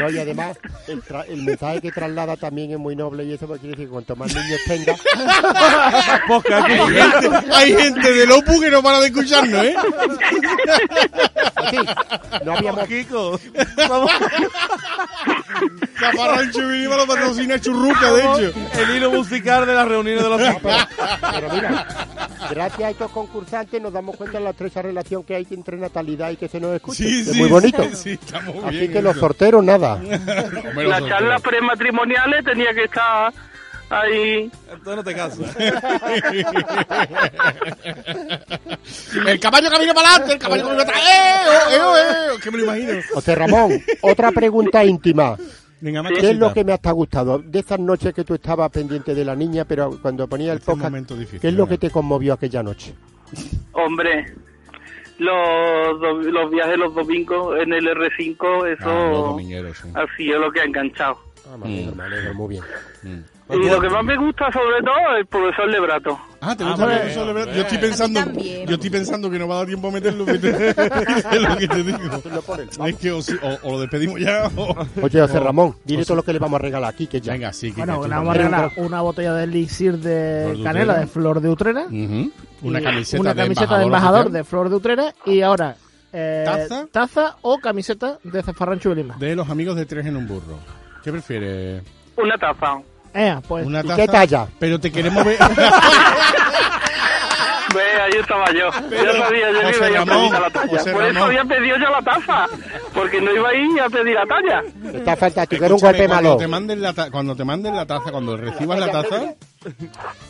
No, y además, el, tra- el mensaje que traslada también es muy noble y eso quiere decir que cuanto más niños tenga, Hay gente del Opus que no para de escucharnos, ¿eh? así, no habíamos Kiko. Caparrón Chubirima lo patrocina Churruca, de hecho. El hilo musical de las reuniones de los Pero mira, gracias a estos concursantes nos damos cuenta de la estrecha relación que hay entre natalidad y que se nos escucha. Sí, es sí. muy bonito. sí, Sí, está muy Así bien que los eso. sorteros, nada. Hombre, los Las sorteos. charlas prematrimoniales tenía que estar ahí. Entonces no te casas. El caballo camina para adelante, el caballo camina para atrás. ¡Eh, oh, eh, oh, eh! oh! Que me lo imagino. José Ramón, otra pregunta íntima. Venga, más ¿Qué es lo que me hasta gustado? De esas noches que tú estabas pendiente de la niña, pero cuando ponía el Este es un podcast, momento difícil, ¿qué es lo venga. que te conmovió aquella noche? Hombre, los, do- los viajes los domingos en el R5, Ah, los eso domingueros, sí. ha sido lo que ha enganchado. Ah, me alegro, me alegro, muy bien. Mm. Y lo que más me gusta sobre todo es el profesor Lebrato. Ah, te gusta el profesor Lebret? Yo estoy pensando, A mí también. yo estoy pensando que no va a dar tiempo a meterlo. ¿viste? es lo que te digo. Es que o, si- o- o lo despedimos ya. O... Oye, José Ramón, dile todo lo que le vamos a regalar aquí, que ya. Venga, sí. que Bueno, que le tú vamos a también. regalar una botella de elixir de Flor de canela Utrera. de Flor de Utrera. Ujú. Una y camiseta, una camiseta de embajador de Flor de Utrera. Y ahora, eh, ¿Taza? taza o camiseta de Zafarrancho de Lima. oficial de los amigos de Tres en un Burro. ¿Qué prefieres? Una taza. Eh, pues. Una ¿Y taza. qué talla? Pero te queremos ver. Ve, ahí estaba yo. Pero, yo sabía, yo José iba a ir a Ramón, pedir la talla. José Por eso Ramón. había pedido yo la taza. Porque no iba a ir a pedir la talla. Está falta, tú que eres un Escúchame, golpe cuando malo. Te manden la ta- cuando te manden la taza, cuando recibas la taza,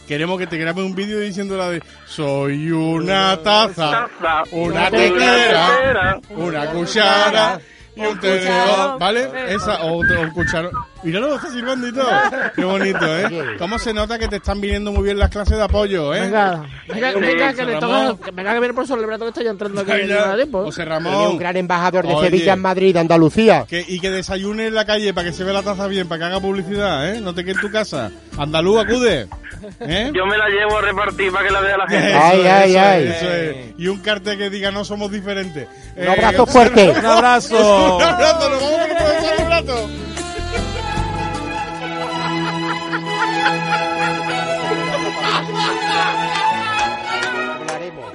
queremos que te grabes un vídeo diciendo la de Soy una taza, Taza, una tetera, tetera, una cuchara y un tenedor, cucharón. ¿vale? Esa, o, o un cucharón. Míralo, está silbando y todo. Qué bonito, ¿eh? ¿Cómo se nota que te están viniendo muy bien las clases de apoyo, eh? Venga, venga, Sí, venga, que José le Ramón. toca. que Venga, que viene por sobre el brazo que estoy entrando aquí. en Venga, el tiempo. José Eres un Ramón. gran embajador de Oye. Sevilla en Madrid, de Andalucía. Que- y que desayune en la calle para que se vea la taza bien, para que haga publicidad, ¿eh? No te quedes en tu casa. Andaluz, acude. ¿Eh? Yo me la llevo a repartir para que la vea la gente. Eso Ay, es, ay, eso es, ay. eso es. Y un cartel que diga no somos diferentes. Eh, Un abrazo fuerte. Un abrazo. Un abrazo, nos vamos con el profesor un rato. Hablaremos.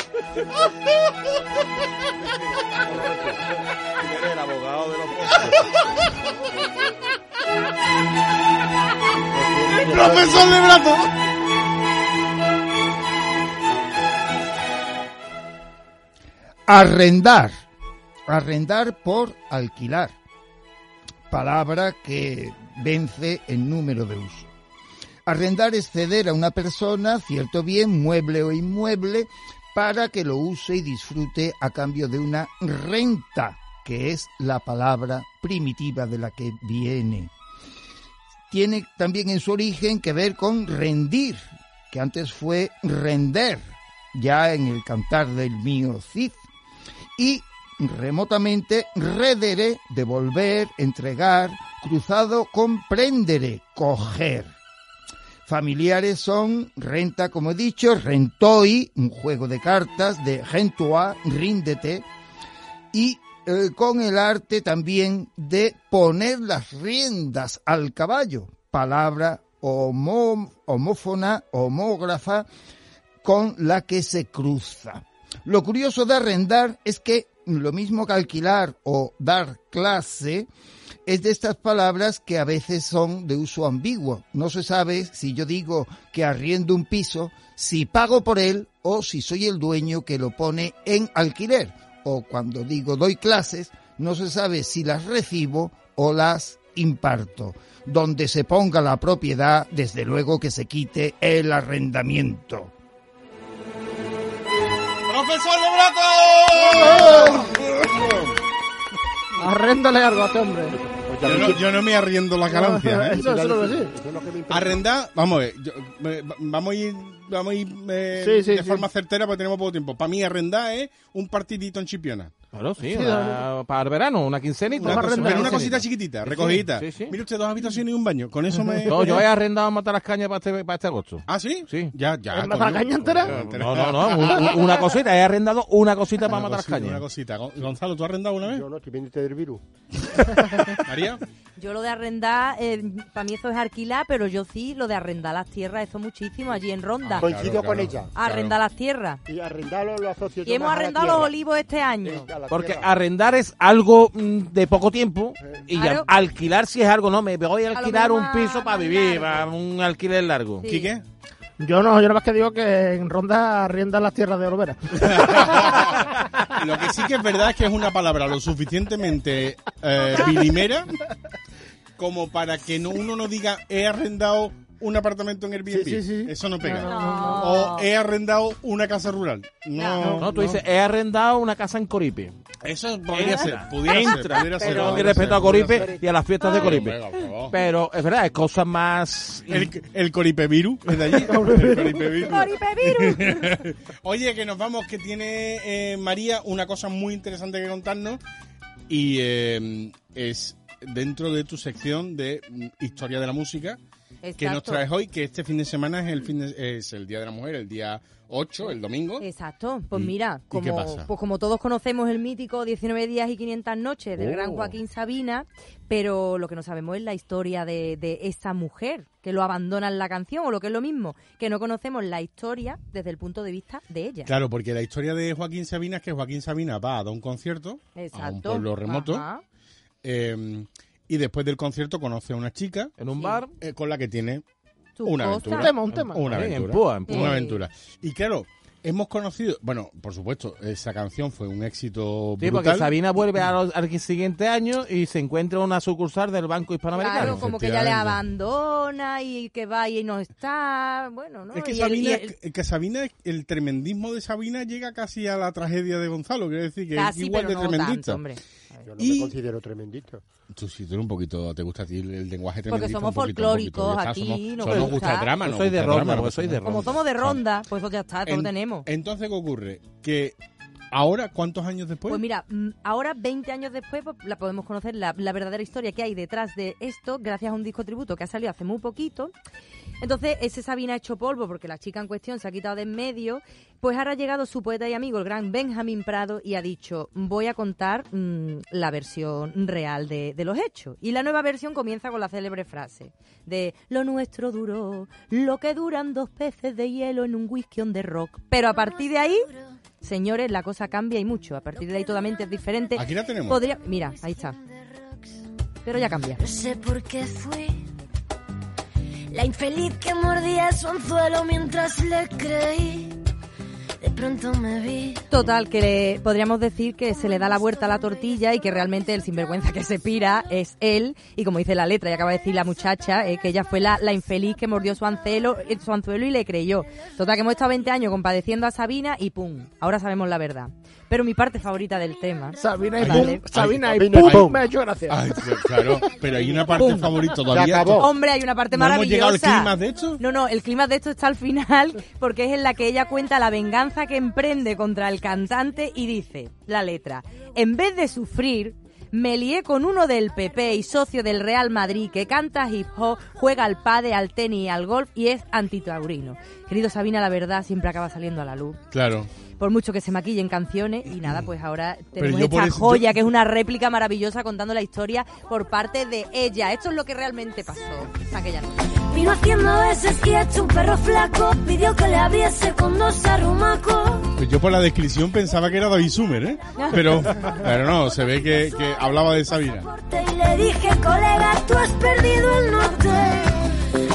el abogado de los Profesor de brato. arrendar. Arrendar por alquilar. Palabra que vence en número de uso. Arrendar es ceder a una persona cierto bien, mueble o inmueble, para que lo use y disfrute a cambio de una renta, que es la palabra primitiva de la que viene. Tiene también en su origen que ver con rendir, que antes fue render, ya en el cantar del mío Cid y remotamente redere, devolver, entregar, cruzado, comprendere, coger. Familiares son renta, como he dicho, rentoi, un juego de cartas, de rentua, ríndete, y eh, con el arte también de poner las riendas al caballo, palabra homo- homófona, homógrafa, con la que se cruza. Lo curioso de arrendar es que lo mismo que alquilar o dar clase es de estas palabras que a veces son de uso ambiguo. No se sabe si yo digo que arriendo un piso, si pago por él o si soy el dueño que lo pone en alquiler. O cuando digo doy clases, no se sabe si las recibo o las imparto. Donde se ponga la propiedad, desde luego que se quite el arrendamiento. Profesor de brato. Arréndale algo a este hombre. Pues ya Yo ves no, que- yo no me arriendo las ganancias, ¿eh? Eso, eso lo que sí. eso es lo que me importa. Arrendar, vamos a ver, yo- me- va- vamos a ir, vamos a ir eh, Sí, sí, de sí. forma certera porque tenemos poco tiempo. Para mí arrendar es un partidito en chipiona. Claro, sí, una- para el verano, una quincenita. Una, Vamos a cosa- arrendar, pero una sí. cosita chiquitita, recogidita. sí, sí. Mire usted, dos habitaciones y un baño. Con eso me... No, yo he arrendado a matar las cañas para este, para este agosto. ¿Ah, sí? Sí. Ya, ya. ¿Es matar coño. caña entera? No, no, no, un- un- una cosita, eh. he arrendado una cosita para matar las cosita, Una cañas. cosita. Gon- Gonzalo, ¿tú has arrendado una vez? Yo no estoy viendo usted del virus. María. Yo lo de arrendar, eh, para mí eso es alquilar, pero yo sí lo de arrendar las tierras, eso muchísimo allí en Ronda. Ah, Coincido con ella. arrendar las tierras. Y arrendarlo lo asocio Y hemos arrendado los olivos este año. Porque arrendar es algo mm, de poco tiempo y ya- Claro. alquilar si es algo, no, me voy a lo alquilar un mejor más- piso para más vivir, largo. para un alquiler largo. Sí. ¿Quique? Yo no, yo nada más que digo que en Ronda arriendan las tierras de Olvera. Lo que sí que es verdad es que es una palabra lo suficientemente eh, vilimera como para que no, uno no diga he arrendado un apartamento en Airbnb. Sí, sí, sí. Eso no pega. No. O he arrendado una casa rural. No. No, tú dices, he arrendado una casa en Coripe. Eso podría Entra, ser. Pudiera entra, ser. Pudiera ser. Pero pudiera mi ser, respeto a pudiera Coripe ser. y a las fiestas de Coripe. Venga, por favor. Pero es verdad, es cosas más. El, el Coripeviru es de allí. El Coripeviru. Coripevirus. Oye, que nos vamos, que tiene eh, María una cosa muy interesante que contarnos y eh, es dentro de tu sección de mm, historia de la música que nos Exacto. traes hoy, que este fin de semana es el fin de- es el Día de la Mujer, el día 8, el domingo. Exacto, pues ¿Y- y mira, qué como, pasa? pues como todos conocemos el mítico 19 días y 500 noches del Oh. gran Joaquín Sabina, pero lo que no sabemos es la historia de, de esa mujer que lo abandona en la canción, o lo que es lo mismo, que no conocemos la historia desde el punto de vista de ella. Claro, porque la historia de Joaquín Sabina es que Joaquín Sabina va a dar un concierto a un pueblo remoto em, Ajá. eh, y después del concierto conoce a una chica En un bar. eh, con la que tiene tus una cosas. aventura. Una Sí, en aventura. púa, en púa. Una Sí. aventura. Y claro, hemos conocido, bueno, por supuesto, esa canción fue un éxito Sí, brutal. porque Sabina vuelve a los- al siguiente año y se encuentra una sucursal del Banco Hispanoamericano. Claro, como que ya le abandona y que va y no está. Bueno, ¿no? Es que Y el- y Sabina, el- que Sabina, el tremendismo de Sabina llega casi a la tragedia de Gonzalo, quiero decir que Casi, es igual Ah, pero de no tanto, tremendista. hombre. Yo no Y- me considero tremendista. Tú sí, tú eres un poquito, te gusta a ti el, el lenguaje Porque tremendista. somos un poquito, un poquito, folclóricos ya está, aquí, somos- nos somos- nos gusta el gusta. drama, Yo nos soy de gusta el ronda, drama, porque nos soy gusta de el drama. como somos de ronda, pues ya está, todo En- lo tenemos. Entonces, ¿qué ocurre? Que ahora, ¿cuántos años después? Pues mira, mm, ahora 20 años después pues, la podemos conocer la, la verdadera historia que hay detrás de esto gracias a un disco tributo que ha salido hace muy poquito. Entonces ese Sabina ha hecho polvo porque la chica en cuestión se ha quitado de en medio. Pues ahora ha llegado su poeta y amigo, el gran Benjamín Prado, y ha dicho, voy a contar mm, la versión real de, de los hechos. Y la nueva versión comienza con la célebre frase de, lo nuestro duró, lo que duran dos peces de hielo en un whisky on the rock. Pero a partir de ahí, señores, la cosa cambia y mucho. A partir de ahí totalmente es diferente. Aquí la tenemos. Podría, mira, ahí está. Pero ya cambia. No sé por qué fui la infeliz que mordía su anzuelo mientras le creí. De pronto me vi. Total, que le- podríamos decir que se le da la vuelta a la tortilla y que realmente el sinvergüenza que se pira es él. Y como dice la letra, y acaba de decir la muchacha, eh, que ella fue la, la infeliz que mordió su, anzuelo, eh, su anzuelo y le creyó. Total, que hemos estado 20 años compadeciendo a Sabina y ¡pum! Ahora sabemos la verdad. Pero mi parte favorita del tema. Sabina Ay, ay, Sabina y ay, pum, Ah, ay, me ha hecho gracia. ay, sí, claro, pero hay una parte favorita todavía. Hombre, hay una parte ¿No hemos maravillosa. llegado al clima de esto? No, no, el clima de esto está al final porque es en la que ella cuenta la venganza que emprende contra el cantante y dice la letra, en vez de sufrir... Me lié con uno del PP y socio del Real Madrid que canta hip hop, juega al pade, al tenis y al golf y es antitaurino. Querido Sabina, la verdad siempre acaba saliendo a la luz. Claro. Por mucho que se maquillen canciones y nada, pues ahora tenemos yo por esta eso- yo- joya que es una réplica maravillosa contando la historia por parte de ella. Esto es lo que realmente pasó aquella noche. Vino haciendo veces y hecho un perro flaco. Pidió que le abriese con dos arrumacos. Pues yo por la descripción pensaba que era David Sumer, ¿eh? Pero, pero no, se ve que, que hablaba de Sabina. Y le dije, colega, tú has perdido el norte.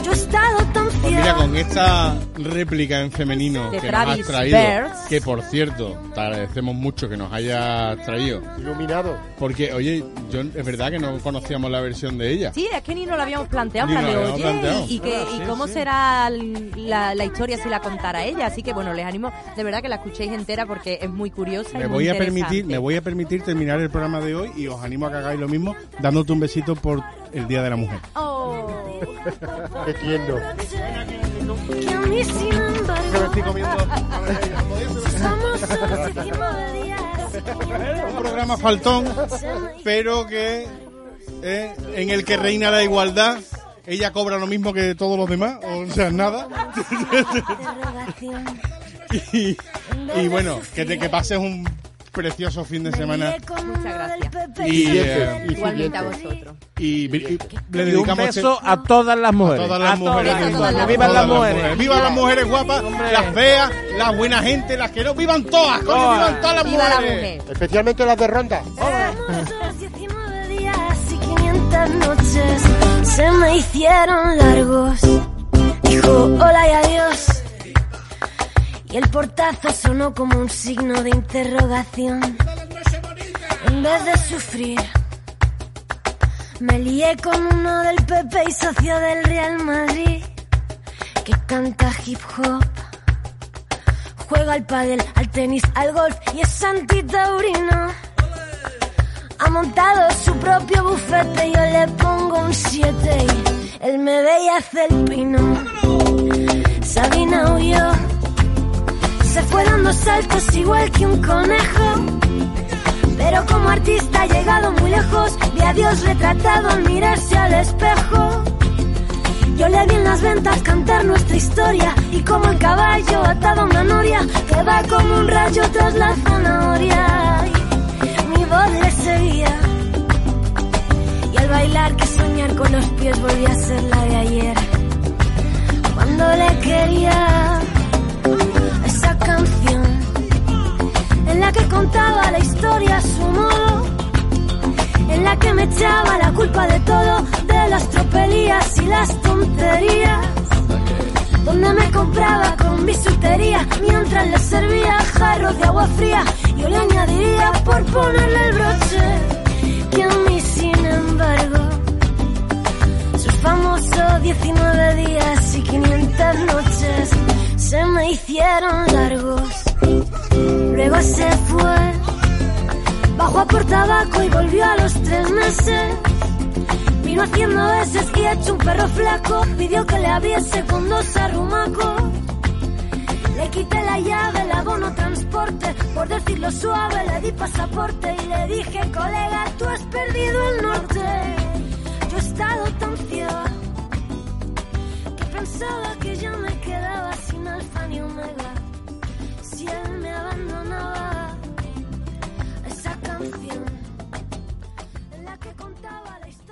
Yo he estado tan Pues mira, fiel. con esta réplica en femenino De que nos has Travis traído, Barnes. que por cierto, te agradecemos mucho que nos hayas traído. Iluminado. Porque, oye, yo es verdad que no conocíamos la versión de ella. Sí, es que ni nos lo habíamos planteado, Ni en plan nos de, lo oye, habíamos planteado. y, que, y cómo será la, la historia si la contara ella. Así que bueno, les animo de verdad que la escuchéis entera porque es muy curiosa. y Me muy voy a interesante. permitir, me voy a permitir terminar el programa de hoy y os animo a que hagáis lo mismo dándote un besito por el Día de la Mujer. Oh. Te entiendo. Que a mí, sin embargo, Yo me estoy comiendo. somos solos y días. Un programa faltón, pero que eh, en el que reina la igualdad. Ella cobra lo mismo que todos los demás, o sea, nada. y, y bueno, que te que pases un precioso fin de semana. Muchas gracias. Y, eh, Siguiente, y Igualmente a siguiente. vosotros. Y, y le Y un dedicamos este- beso a todas las mujeres. A todas las mujeres. todas, A todas ¡Vivan las mujeres! Vivan las mujeres guapas, las feas, las buena gente, las que no. Vivan todas, coño, Todas. vivan todas las Viva la mujeres. mujer. Especialmente las de ronda. Somos solos 19 días y 500 noches se me hicieron largos. Dijo hola y adiós. Y el portazo sonó como un signo de interrogación. En vez de sufrir, me lié con uno del PP y socio del Real Madrid que canta hip hop. Juega al pádel, al tenis, al golf y es antitaurino. Ha montado su propio bufete, yo le pongo un 7 y él me ve y hace el pino. Sabina huyó, se fue dando saltos igual que un conejo. Pero como artista ha llegado muy lejos, vi a Dios retratado al mirarse al espejo. Yo le vi en las ventas cantar nuestra historia y como el caballo atado a una noria que va como un rayo tras la zanahoria. Y mi voz le seguía y al bailar que soñar con los pies volví a ser la de ayer. Cuando le quería esa canción en la que contaba la historia a su modo en la que me echaba la culpa de todo, de las tropelías y las tonterías. donde me compraba con bisutería mientras le servía jarros de agua fría. Yo le añadiría por ponerle el broche que a mí, sin embargo, sus famosos 19 días y 500 noches se me hicieron largos. Luego se fue, bajó a por tabaco y volvió a los tres meses. Vino haciendo veces y hecho un perro flaco. Pidió que le abriese con dos arrumacos. Le quité la llave, el abono transporte. Por decirlo suave, le di pasaporte y le dije, colega, tú has perdido el norte. Yo he estado tan ciega que pensaba que ya me quedaba sin alfa ni omega. Si él me abandonaba, esa canción en la que contaba la historia.